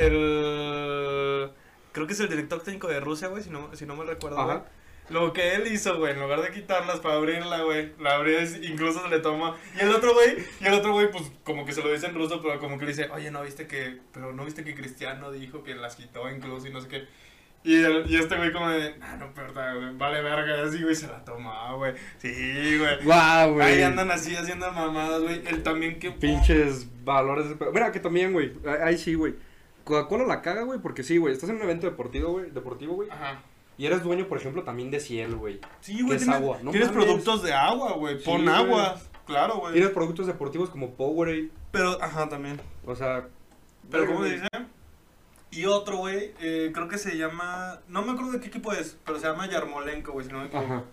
Speaker 1: el. Creo que es el director técnico de Rusia, güey, si no, si no me recuerdo, güey.
Speaker 2: Ajá.
Speaker 1: Lo que él hizo, güey, en lugar de quitarlas para abrirla, güey, la abrió y incluso se le tomó. Y el otro güey, y el otro güey, pues como que se lo dice en ruso, pero como que le dice, oye, no viste que, pero no viste que Cristiano dijo que las quitó incluso y no sé qué. Y, el- y este güey como de, ah, no, pero vale verga, y así, güey, se la tomó, güey. Sí, güey.
Speaker 2: Guau, güey.
Speaker 1: Ahí andan así haciendo mamadas, güey. Él también que
Speaker 2: Pinches valores. de- Mira, que también, güey. ahí- Ahí sí, güey. Coca-Cola la caga, güey, porque sí, güey. Estás en un evento deportivo, güey. Deportivo, güey.
Speaker 1: Ajá.
Speaker 2: Y eres dueño, por ejemplo, también de Ciel, güey.
Speaker 1: Sí, güey,
Speaker 2: es
Speaker 1: tienes,
Speaker 2: agua, no
Speaker 1: tienes
Speaker 2: mames.
Speaker 1: productos de agua, güey.
Speaker 2: Sí,
Speaker 1: Pon
Speaker 2: güey.
Speaker 1: agua. Claro, güey.
Speaker 2: Tienes productos deportivos como Powerade.
Speaker 1: Pero, ajá, también.
Speaker 2: O sea.
Speaker 1: Pero, ¿cómo
Speaker 2: güey,
Speaker 1: se dice? Y otro, güey, eh, creo que se llama. No me acuerdo de qué equipo es, pero se llama Yarmolenko, güey, si no me equivoco.
Speaker 2: Ajá.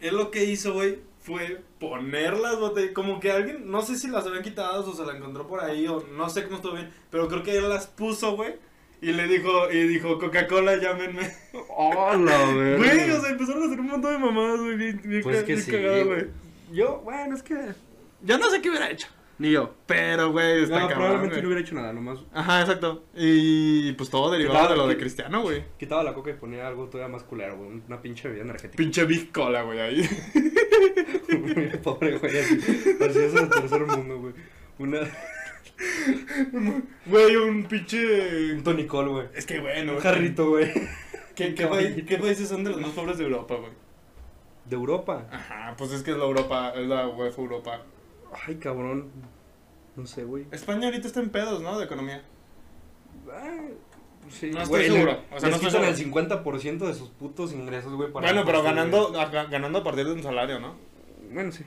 Speaker 1: Él lo que hizo, güey, fue poner las botellas. Como que alguien, no sé si las habían quitado o se la encontró por ahí o no sé cómo estuvo bien, pero creo que él las puso, güey. Y le dijo, y dijo, Coca-Cola, llámenme.
Speaker 2: Hola, güey.
Speaker 1: Güey, o sea, empezaron a hacer un montón de mamadas, güey, bien, bien,
Speaker 2: Pues
Speaker 1: ca-
Speaker 2: que
Speaker 1: bien
Speaker 2: sí.
Speaker 1: cagada, güey.
Speaker 2: Yo, bueno, es que.
Speaker 1: Yo no sé qué hubiera hecho. Ni yo. Pero, güey, está
Speaker 2: No,
Speaker 1: cabrón,
Speaker 2: probablemente
Speaker 1: güey.
Speaker 2: no hubiera hecho nada, nomás
Speaker 1: Ajá, exacto. Y pues todo derivado
Speaker 2: Claro,
Speaker 1: de lo de
Speaker 2: que-
Speaker 1: Cristiano, güey.
Speaker 2: quitaba la coca y ponía algo todavía más culero, güey. Una pinche bebida energética.
Speaker 1: Pinche Big Cola, güey, ahí.
Speaker 2: Pobre güey, así. Así es el tercer mundo, güey. Una.
Speaker 1: Güey, un pinche.
Speaker 2: Un tonicol, güey.
Speaker 1: Es que bueno,
Speaker 2: Un
Speaker 1: güey.
Speaker 2: jarrito, güey.
Speaker 1: ¿Qué, qué, país- qué países son de los más pobres de Europa, güey?
Speaker 2: De Europa.
Speaker 1: Ajá, pues es que es la Europa, es la UEFA Europa.
Speaker 2: Ay, cabrón. No sé, güey.
Speaker 1: España ahorita está en pedos, ¿no? De economía.
Speaker 2: Ah, sí,
Speaker 1: No estoy
Speaker 2: güey, le-
Speaker 1: seguro, o sea,
Speaker 2: les
Speaker 1: no estoy
Speaker 2: quitan el 50% de sus putos ingresos, güey. para
Speaker 1: bueno, pero
Speaker 2: gastos,
Speaker 1: ganando, a- ga- ganando a partir de un salario, ¿no?
Speaker 2: güey. Bueno, sí.
Speaker 1: O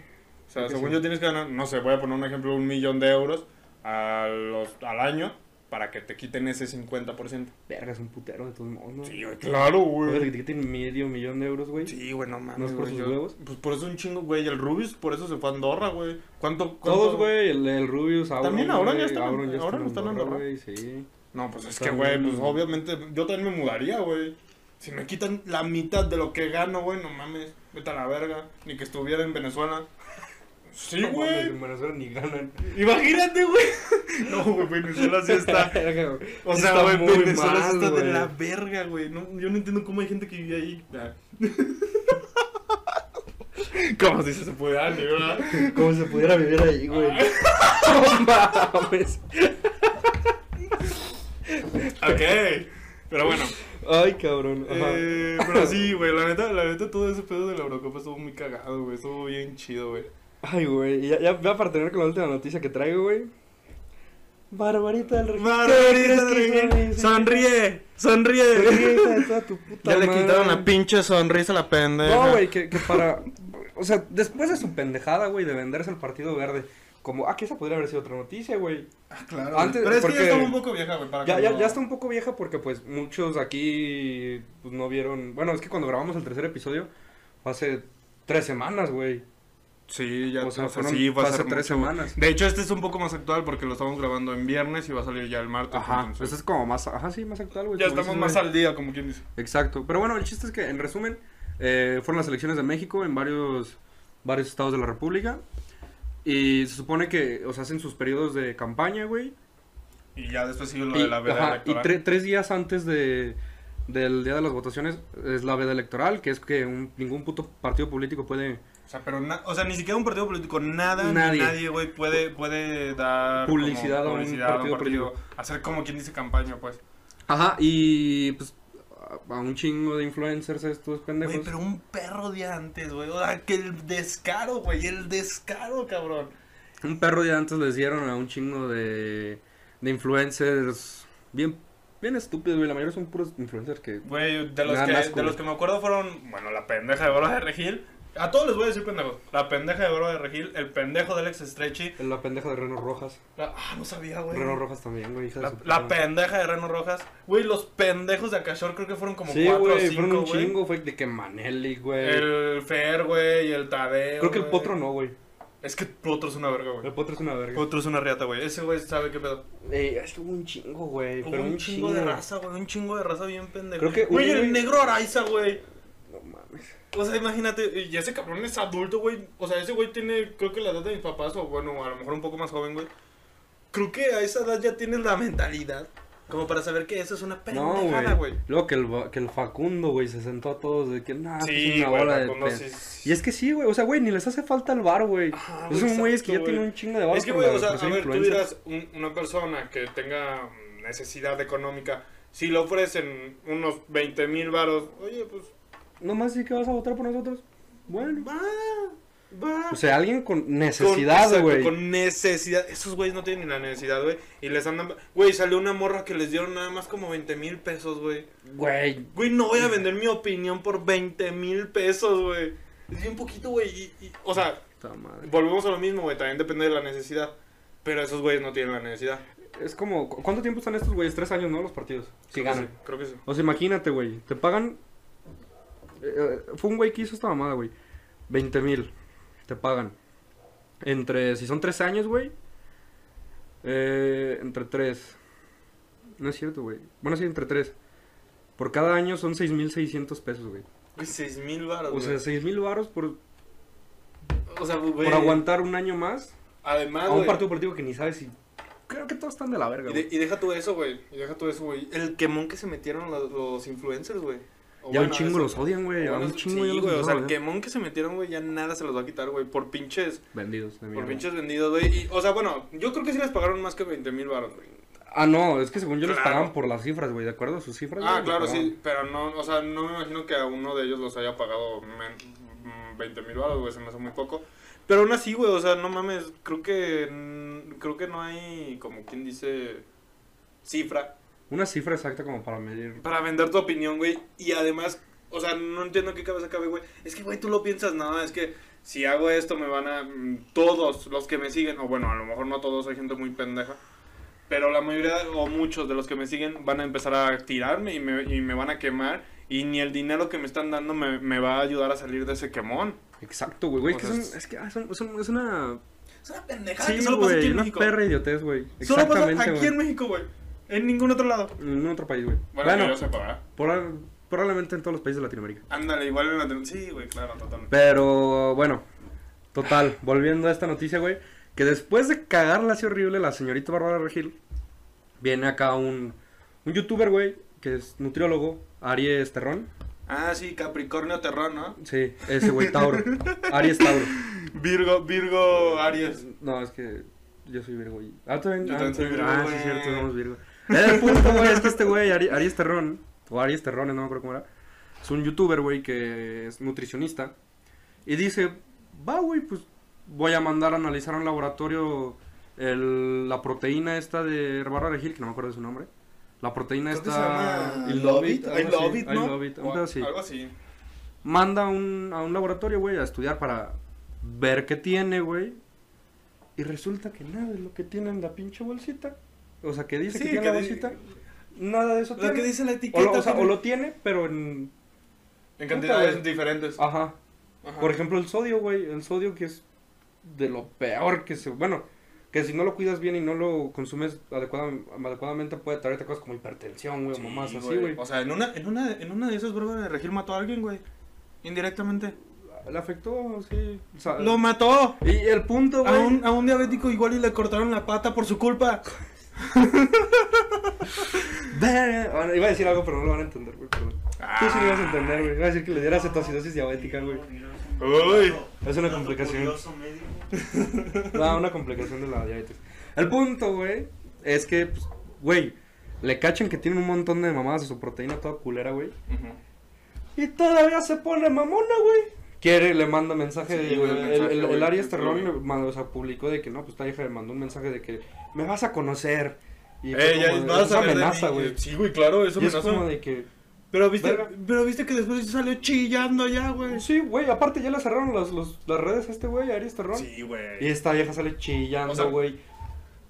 Speaker 1: sea,
Speaker 2: Creo que
Speaker 1: según
Speaker 2: sí.
Speaker 1: yo tienes que ganar, no sé, voy a poner un ejemplo, un millón de euros a los, al año para que te quiten ese 50%.
Speaker 2: Verga, es un putero de todos modos, ¿no?
Speaker 1: Sí, güey, claro,
Speaker 2: Oye, que
Speaker 1: güey.
Speaker 2: te quiten medio millón de euros, güey.
Speaker 1: Sí, güey, no mames.
Speaker 2: ¿No es por
Speaker 1: güey,
Speaker 2: sus
Speaker 1: yo-
Speaker 2: huevos?
Speaker 1: Pues por eso un chingo, güey. El Rubius, por eso se fue a Andorra, güey. ¿Cuánto, cuánto?
Speaker 2: Todos, güey. El, el Rubius, Auron.
Speaker 1: También Auron ya
Speaker 2: güey,
Speaker 1: está en-
Speaker 2: Auron ya está
Speaker 1: Auron
Speaker 2: en
Speaker 1: está en
Speaker 2: Andorra,
Speaker 1: Andorra.
Speaker 2: güey. Sí.
Speaker 1: No, pues es que, güey, pues obviamente yo también me mudaría, güey. Si me quitan la mitad de lo que gano, güey, no mames. Vete a la verga. Ni que estuviera en Venezuela. Sí,
Speaker 2: No mames,
Speaker 1: güey.
Speaker 2: En Venezuela ni ganan.
Speaker 1: Imagínate, güey. No, güey, Venezuela sí está.
Speaker 2: Verga, güey.
Speaker 1: O
Speaker 2: Está
Speaker 1: sea, güey,
Speaker 2: muy
Speaker 1: Venezuela sí
Speaker 2: mal,
Speaker 1: está de
Speaker 2: güey.
Speaker 1: la verga, güey. No, yo no entiendo cómo hay gente que vive ahí. Ah. Como si se pudiera, ni ¿verdad?
Speaker 2: Como se pudiera vivir ahí, güey. No mames.
Speaker 1: Ok. Pero bueno.
Speaker 2: Ay, cabrón. Ajá.
Speaker 1: Eh, pero sí, güey, la neta, la neta, todo ese pedo de la Eurocopa estuvo muy cagado, güey. Estuvo bien chido, güey.
Speaker 2: Ay, güey. y Ya, ya, ya para terminar con la última noticia que traigo, güey. Barbarita del Regil.
Speaker 1: Sonríe, sonríe. Ya le quitaron la pinche sonrisa a la pendeja.
Speaker 2: No, güey, que, que para. O sea, después de su pendejada, güey, de venderse el partido verde. Como, ah, que esa podría haber sido otra noticia, güey.
Speaker 5: Ah, claro.
Speaker 2: Antes,
Speaker 1: Pero es que
Speaker 2: porque
Speaker 1: ya estaba un poco vieja, güey. para
Speaker 2: ya,
Speaker 1: que
Speaker 2: ya,
Speaker 1: no-
Speaker 2: ya está un poco vieja porque, pues, muchos aquí pues, no vieron. Bueno, es que cuando grabamos el tercer episodio, fue hace tres semanas, güey.
Speaker 1: Sí, ya
Speaker 2: O sea,
Speaker 1: o sea,
Speaker 2: fueron
Speaker 1: sí, va a
Speaker 2: hace
Speaker 1: ser
Speaker 2: tres
Speaker 1: mucho, güey.
Speaker 2: semanas.
Speaker 1: De hecho, este es un poco más actual porque lo estamos grabando en viernes y va a salir ya el martes.
Speaker 2: Ajá,
Speaker 1: entonces-
Speaker 2: eso es como más. Ajá, sí, más actual, güey.
Speaker 1: pues, ya
Speaker 2: como
Speaker 1: estamos
Speaker 2: dices,
Speaker 1: más
Speaker 2: güey.
Speaker 1: al día, como quien dice.
Speaker 2: Exacto. Pero bueno, el chiste es que, en resumen, eh, fueron las elecciones de México en varios, varios estados de la República. Y se supone que, o sea, hacen sus periodos de campaña, güey.
Speaker 1: Y ya después sigue lo
Speaker 2: Y,
Speaker 1: de la veda
Speaker 2: ajá, y
Speaker 1: electoral.
Speaker 2: tre- tres días antes de, del día de las votaciones es la veda electoral, que es que un- ningún puto partido político puede
Speaker 1: O sea, pero na- o sea, ni siquiera un partido político, nada, ni
Speaker 2: Nadie.
Speaker 1: nadie, güey, puede, puede dar como
Speaker 2: Publicidad a un partido
Speaker 1: Hacer como quien dice campaña, pues.
Speaker 2: Ajá, y pues a a un chingo de influencers estos pendejos.
Speaker 1: Güey, pero un perro de antes, güey. O sea, que el descaro, güey, el descaro, cabrón.
Speaker 2: Un perro día antes les dieron a un chingo de, de influencers bien, bien estúpidos, güey. La mayoría son puros influencers que...
Speaker 1: Güey, de los,
Speaker 2: Me dan
Speaker 1: que,
Speaker 2: asco,
Speaker 1: de los
Speaker 2: güey.
Speaker 1: que me acuerdo fueron, bueno, la pendeja de Baro de Regil. A todos les voy a decir pendejos. La pendeja de Baro de Regil, el pendejo de Alex Stretchy.
Speaker 2: La pendeja de Reno Rojas.
Speaker 1: la- ah, no sabía, güey.
Speaker 2: Reno Rojas también, güey. hija de
Speaker 1: La,
Speaker 2: su puta
Speaker 1: la
Speaker 2: madre.
Speaker 1: pendeja de Reno Rojas. Güey, los pendejos de Akashor creo que fueron como
Speaker 2: Sí,
Speaker 1: cuatro o
Speaker 2: güey,
Speaker 1: cinco,
Speaker 2: fueron un
Speaker 1: güey.
Speaker 2: chingo, fue de que Manelli, güey.
Speaker 1: El Fer, güey, el Tadeo.
Speaker 2: Creo que el
Speaker 1: güey.
Speaker 2: Potro no, güey.
Speaker 1: Es que Potro es una verga,
Speaker 2: El
Speaker 1: güey.
Speaker 2: Potro es una verga.
Speaker 1: Potro es una riata, güey. Ese güey sabe qué pedo.
Speaker 2: Eh, es que hubo un chingo, güey.
Speaker 1: Hubo
Speaker 2: pero
Speaker 1: un chingo, de raza, güey. Un chingo de raza bien pendejo.
Speaker 2: Creo que
Speaker 1: Güey,
Speaker 2: hubo,
Speaker 1: el
Speaker 2: güey.
Speaker 1: negro Araiza, güey.
Speaker 2: No mames.
Speaker 1: O sea, imagínate, y ese cabrón es adulto, güey. O sea, ese güey tiene, creo que la edad de mis papás, o bueno, a lo mejor un poco más joven, güey. Creo que a esa edad ya tienes la mentalidad. Como para saber que eso es una
Speaker 2: No,
Speaker 1: pendejada, güey.
Speaker 2: güey. Luego que el, va- que el Facundo, güey, se sentó a todos de que, nah, esto
Speaker 1: Sí,
Speaker 2: es Ah, pues una
Speaker 1: güey,
Speaker 2: bola de
Speaker 1: Facundo
Speaker 2: pe-".
Speaker 1: sí-
Speaker 2: Y es que sí, güey. O sea, güey, ni les hace falta el bar, güey.
Speaker 1: Ajá,
Speaker 2: Es
Speaker 1: güey,
Speaker 2: un güey es que ya
Speaker 1: exacto,
Speaker 2: tiene
Speaker 1: güey.
Speaker 2: un chingo de barro.
Speaker 1: Es que, güey, o sea, a ver, tú dirás, un- una persona que tenga mm, necesidad económica, si le ofrecen unos 20 mil varos, oye, pues,
Speaker 2: Nomás sí que vas a votar por nosotros. Bueno.
Speaker 1: va, va.
Speaker 2: O sea, alguien con
Speaker 1: Con-
Speaker 2: Pues, necesidad,
Speaker 1: exacto,
Speaker 2: güey.
Speaker 1: Con necesidad. Esos güeyes no tienen ni la necesidad, güey. Y les andan... Güey, salió una morra que les dieron nada más como 20 mil pesos, güey.
Speaker 2: Güey.
Speaker 1: Güey, no voy a vender mi opinión por 20 mil pesos, güey. Es bien poquito, güey. y- y- o sea,
Speaker 2: puta madre.
Speaker 1: volvemos a lo mismo, güey. También depende de la necesidad. Pero esos güeyes no tienen la necesidad.
Speaker 2: Es como, ¿cu- ¿cuánto tiempo están estos güeyes? Tres años, ¿no? Los partidos. Si
Speaker 1: Creo
Speaker 2: ganan.
Speaker 1: sí, creo que sí.
Speaker 2: O sea, imagínate, güey. Te pagan. eh, fue un güey que hizo esta mamada, güey. 20 mil. Te pagan. Entre. Si son tres años, güey. eh, entre tres. No es cierto, güey. Bueno, sí, entre tres. Por cada año son 6.600 pesos, güey.
Speaker 1: Güey, 6 mil varos,
Speaker 2: O sea, 6.000 varos por,
Speaker 1: o sea, güey.
Speaker 2: por aguantar un año más.
Speaker 1: Además,
Speaker 2: a un
Speaker 1: güey,
Speaker 2: partido político que ni sabes si.
Speaker 6: Creo que todos están de la verga,
Speaker 1: Y,
Speaker 6: güey.
Speaker 1: de- y deja tú eso, güey. Y deja tú eso, güey. El quemón que se metieron los, los influencers, güey. O
Speaker 2: Ya
Speaker 1: bueno,
Speaker 2: un chingo
Speaker 1: eso-
Speaker 2: los odian, güey. A
Speaker 1: bueno,
Speaker 2: un
Speaker 1: eso-
Speaker 2: chingo ya
Speaker 1: sí,
Speaker 2: los ¿eh?
Speaker 1: güey. O sea, el
Speaker 2: empezaron a odiar.
Speaker 1: quemón que se metieron, güey, ya nada se los va a quitar, güey. Por pinches,
Speaker 2: Vendidos, de
Speaker 1: por
Speaker 2: mierda.
Speaker 1: pinches vendidos, güey. Y, O sea, bueno, yo creo que sí les pagaron más que 20 mil baros, güey.
Speaker 2: Ah, no, es que según yo les
Speaker 1: Claro.
Speaker 2: pagaban por las cifras, güey. ¿De acuerdo a sus cifras?
Speaker 1: Ah,
Speaker 2: güey,
Speaker 1: claro,
Speaker 2: les pagaban.
Speaker 1: sí. Pero no, o sea, no me imagino que a uno de ellos los haya pagado men- mm, 20 mil baros, güey. Se me hace muy poco. Pero aún así, güey, o sea, no mames. Creo que, mm, creo que no hay, como quien dice, cifra
Speaker 2: Una cifra exacta como para medir.
Speaker 1: Para vender tu opinión, güey. Y además, o sea, no entiendo en qué cabeza cabe, güey. Es que, güey, tú lo piensas nada. Es que si hago esto, me van a. mm, Todos los que me siguen, o bueno, a lo mejor no todos, hay gente muy pendeja. Pero la mayoría o muchos de los que me siguen van a empezar a tirarme y me, y me van a quemar. Y ni el dinero que me están dando me, me va a ayudar a salir de ese quemón.
Speaker 2: Exacto, güey. güey,
Speaker 1: O
Speaker 2: que
Speaker 1: sea,
Speaker 2: son- es que ah, son- son- es una.
Speaker 1: Es una pendejada
Speaker 2: Sí,
Speaker 1: que solo pasa aquí
Speaker 2: güey.
Speaker 1: en
Speaker 2: Una
Speaker 1: México.
Speaker 2: perra idiotez, güey.
Speaker 1: Solo pasa
Speaker 2: Exactamente,
Speaker 1: aquí
Speaker 2: güey.
Speaker 1: en México, güey. En ningún otro lado.
Speaker 2: En ningún otro país, güey.
Speaker 1: Bueno,
Speaker 2: Bueno,
Speaker 1: que yo sepa, ¿verdad?
Speaker 2: proba- probablemente en todos los países de Latinoamérica.
Speaker 1: Ándale, igual en la tele- Sí, güey, claro, totalmente.
Speaker 2: Pero bueno, total, volviendo a esta noticia, güey, que después de cagarla así horrible la señorita Bárbara Regil, viene acá un, un youtuber, güey, que es nutriólogo, Aries Terrón.
Speaker 1: Ah, sí, Capricornio Terrón, ¿no?
Speaker 2: Sí, ese güey, Tauro. Aries Tauro.
Speaker 1: Virgo, Virgo, Aries.
Speaker 2: No, es que yo soy Virgo. y- Ah, también.
Speaker 1: Yo
Speaker 2: ah,
Speaker 1: también soy
Speaker 2: sí,
Speaker 1: Virgo,
Speaker 2: Ah, sí,
Speaker 1: güey.
Speaker 2: es cierto, somos Virgo. El punto, güey, es que este güey, Ari- Aries Terrón, o Aries Terrones, no me acuerdo cómo era, es un youtuber, güey, que es nutricionista. Y dice, va, güey, pues voy a mandar a analizar a un laboratorio el- la proteína esta de Bárbara Regil, que no me acuerdo de su nombre. La proteína
Speaker 7: Creo que
Speaker 2: esta...
Speaker 7: se llama
Speaker 2: I
Speaker 7: Love It,
Speaker 2: algo
Speaker 1: I
Speaker 2: así,
Speaker 1: Love It, ¿no?
Speaker 2: I Love It, un
Speaker 1: O
Speaker 2: pedo así
Speaker 1: Algo así.
Speaker 2: manda a un, a un laboratorio, güey, a estudiar para ver qué tiene, güey. Y resulta que nada de lo que tiene en la pinche bolsita. O sea, que dice
Speaker 1: Sí,
Speaker 2: que tiene
Speaker 1: que
Speaker 2: la
Speaker 1: di-
Speaker 2: bolsita. Nada de eso
Speaker 1: Lo
Speaker 2: tiene.
Speaker 1: que dice la
Speaker 2: o,
Speaker 1: etiqueta.
Speaker 2: lo, o sea,
Speaker 1: tiene-
Speaker 2: o lo tiene, pero en...
Speaker 1: En cantidades
Speaker 2: güey.
Speaker 1: diferentes.
Speaker 2: Ajá.
Speaker 1: Ajá.
Speaker 2: Por ejemplo, el sodio, güey. El sodio que es de lo peor que se... Bueno, que si no lo cuidas bien y no lo consumes adecuada- adecuadamente puede traerte cosas como hipertensión, güey,
Speaker 1: Sí,
Speaker 2: o mamás así, güey.
Speaker 1: O sea, en una, en una, en una de esas bromas de Regil mató a alguien, güey. Indirectamente.
Speaker 2: Le afectó, sí. O sea,
Speaker 1: ¡Lo mató!
Speaker 2: Y el punto,
Speaker 1: A
Speaker 2: güey...
Speaker 1: un, a un diabético igual y le cortaron la pata por su culpa.
Speaker 2: Verga. Bueno, iba a decir algo, pero no lo van a entender, güey. perdón.
Speaker 1: Ah.
Speaker 2: Tú sí lo ibas a entender, güey. Iba a decir que le diera cetoacidosis diabética, güey.
Speaker 1: Uy.
Speaker 2: Es una complicación. Da una complicación de la diabetes. El punto, güey, es que, pues, güey, le cachan que tiene un montón de mamadas de su proteína toda culera, güey. Y todavía se pone mamona, güey. Quiere, le manda mensaje.
Speaker 1: Sí,
Speaker 2: de-
Speaker 1: güey,
Speaker 2: el,
Speaker 1: mensaje,
Speaker 2: el- el
Speaker 1: güey,
Speaker 2: Arias
Speaker 1: sí,
Speaker 2: Terrón
Speaker 1: güey.
Speaker 2: le mandó- o sea, publicó de que no, pues esta hija le mandó un mensaje de que me vas a conocer. Y fue
Speaker 1: Eh, ya
Speaker 2: como de-
Speaker 1: vas
Speaker 2: es una
Speaker 1: a ver de
Speaker 2: amenaza,
Speaker 1: mí.
Speaker 2: güey.
Speaker 1: Sí, güey, claro, es
Speaker 2: Y es como
Speaker 1: amenaza.
Speaker 2: de que,
Speaker 1: Pero viste,
Speaker 2: Verga.
Speaker 1: pero viste que después salió chillando ya, güey.
Speaker 2: Sí, güey, aparte ya le cerraron las, los- las redes a este güey, a Aries Terrón.
Speaker 1: Sí, güey.
Speaker 2: Y esta vieja sale
Speaker 1: O sea,
Speaker 2: chillando, güey.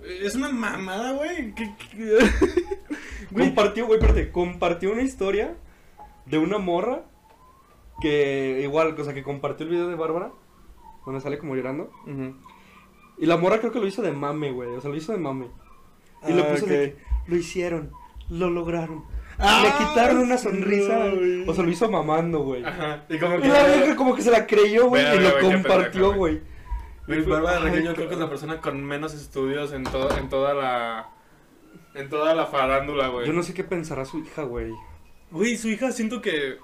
Speaker 1: Es una mamada, güey. ¿Qué- qué- güey.
Speaker 2: compartió, güey, espérate, compartió una historia de una morra que igual, o sea, que compartió el video de Bárbara, donde sale como llorando. Y la morra creo que lo hizo de mame, güey, o sea, lo hizo de mame. Y lo
Speaker 1: Ah,
Speaker 2: puso
Speaker 1: ok.
Speaker 2: de que lo hicieron, lo lograron.
Speaker 1: Ah,
Speaker 2: le quitaron una
Speaker 1: sí,
Speaker 2: sonrisa,
Speaker 1: güey.
Speaker 2: o sea, lo hizo mamando, güey.
Speaker 1: Ajá. Y como
Speaker 2: Y la vieja como que se la creyó, güey,
Speaker 1: Bueno,
Speaker 2: y lo
Speaker 1: güey, qué
Speaker 2: compartió,
Speaker 1: pendeja, güey.
Speaker 2: güey.
Speaker 1: Güey, Bárbara
Speaker 2: Ay,
Speaker 1: Regil yo creo que es la persona con menos estudios en, todo, en toda la... En toda la farándula, güey.
Speaker 2: Yo no sé qué pensará su hija, güey.
Speaker 1: Güey, su hija siento que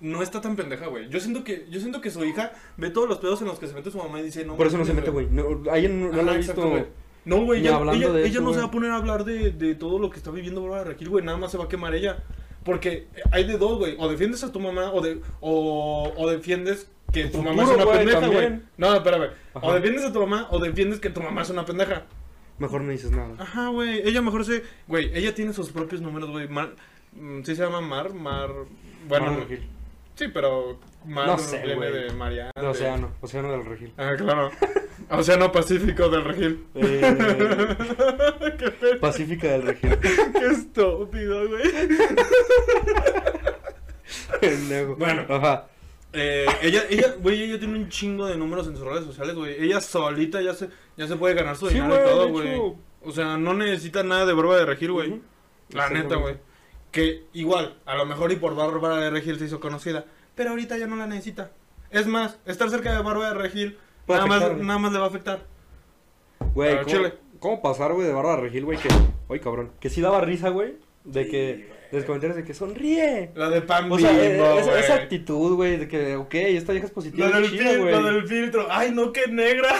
Speaker 1: no está tan pendeja, güey. Yo siento que yo siento que su hija ve todos los pedos en los que se mete su mamá y dice, no.
Speaker 2: Por eso no se
Speaker 1: mames,
Speaker 2: mete, güey. No, ahí no, no
Speaker 1: Ajá,
Speaker 2: la he
Speaker 1: exacto,
Speaker 2: visto.
Speaker 1: güey. No, güey,
Speaker 2: Ni
Speaker 1: ya-
Speaker 2: hablando
Speaker 1: ella,
Speaker 2: de
Speaker 1: ella
Speaker 2: eso,
Speaker 1: no se
Speaker 2: güey.
Speaker 1: va a poner a hablar de, de todo lo que está viviendo Bárbara Regil, güey. Nada más se va a quemar ella. Porque hay de dos, güey. O defiendes a tu mamá o, de, o, o defiendes que tu mamá es
Speaker 2: futuro,
Speaker 1: una
Speaker 2: güey,
Speaker 1: pendeja, güey.
Speaker 2: también.
Speaker 1: No, espérame. O
Speaker 2: Ajá.
Speaker 1: defiendes a tu mamá o defiendes que tu mamá es una pendeja.
Speaker 2: Mejor no dices nada.
Speaker 1: Ajá, güey. Ella mejor se. Güey, ella tiene sus propios números, güey. Mar. mm, Sí se llama Mar. Mar. Bueno,
Speaker 2: Mar Regil.
Speaker 1: sí, pero. Mar
Speaker 2: No sé,
Speaker 1: viene
Speaker 2: güey.
Speaker 1: de Mariana.
Speaker 2: De Océano, Océano del Regil.
Speaker 1: Ah, claro. Océano Pacífico del Regil.
Speaker 2: Eh,
Speaker 1: Qué pe-
Speaker 2: Pacífica del Regil.
Speaker 1: Qué estúpido, güey.
Speaker 2: Pendejo.
Speaker 1: Bueno.
Speaker 2: Ajá.
Speaker 1: Eh, ella, ella, güey, ella tiene un chingo de números en sus redes sociales, güey. Ella solita ya se, ya se puede ganar su
Speaker 2: Sí,
Speaker 1: dinero
Speaker 2: güey,
Speaker 1: y todo,
Speaker 2: de
Speaker 1: güey.
Speaker 2: hecho.
Speaker 1: O sea, no necesita nada de barba de regir, güey.
Speaker 2: Ujú.
Speaker 1: La neta, güey. Que igual, a lo mejor y por Bárbara de Regil se hizo conocida, pero ahorita ya no la necesita. Es más, estar cerca de Bárbara de Regil
Speaker 2: Puede
Speaker 1: nada más,
Speaker 2: afectarle.
Speaker 1: nada más le va a afectar. A
Speaker 2: Güey,
Speaker 1: ver,
Speaker 2: ¿cómo,
Speaker 1: chile.
Speaker 2: cómo pasar, güey, de Bárbara Regil, güey? Que, ay, cabrón. Que sí daba risa, güey. De que, de los comentarios de que sonríe.
Speaker 1: Lo de Pan
Speaker 2: O sea, eh,
Speaker 1: Bimbo,
Speaker 2: esa, esa
Speaker 1: güey.
Speaker 2: actitud, güey, de que, ok, esta vieja es positiva,
Speaker 1: Lo del,
Speaker 2: es chida,
Speaker 1: fil- lo
Speaker 2: güey.
Speaker 1: del filtro. Ay, no, qué negra.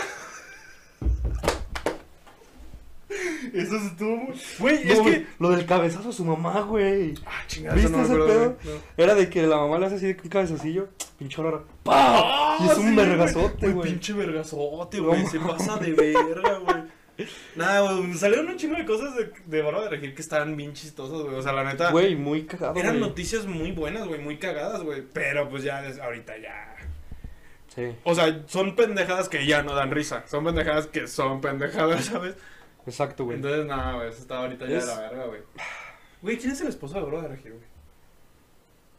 Speaker 1: Eso estuvo muy. Güey, es
Speaker 2: No,
Speaker 1: que.
Speaker 2: Lo del cabezazo a su mamá, güey.
Speaker 1: Ah, chingada,
Speaker 2: ¿Viste
Speaker 1: eso no me
Speaker 2: ese
Speaker 1: acuerdo,
Speaker 2: pedo?
Speaker 1: güey. No.
Speaker 2: Era de que la mamá le hace así de que un cabezacillo, pinche rara.
Speaker 1: ¡Ah!
Speaker 2: Y es un
Speaker 1: sí,
Speaker 2: vergazote, güey.
Speaker 1: Pinche vergazote,
Speaker 2: No
Speaker 1: güey. Se pasa de verga, güey. Nada, güey. me Salieron un chingo de cosas de, de Bárbara de Regil que estaban bien chistosas, güey. O sea, la neta.
Speaker 2: Güey, muy cagado,
Speaker 1: Ah, eran
Speaker 2: güey.
Speaker 1: noticias muy buenas, güey. Muy cagadas, güey. Pero pues ya, des- ahorita ya.
Speaker 2: Sí,
Speaker 1: O sea, son pendejadas que ya no dan risa. Son pendejadas que son pendejadas, ¿sabes?
Speaker 2: exacto, güey.
Speaker 1: Entonces, nada, güey. Eso está ahorita ya
Speaker 2: Es-
Speaker 1: de la verga, güey. Güey, ¿quién es el esposo de Bárbara de Regil, güey?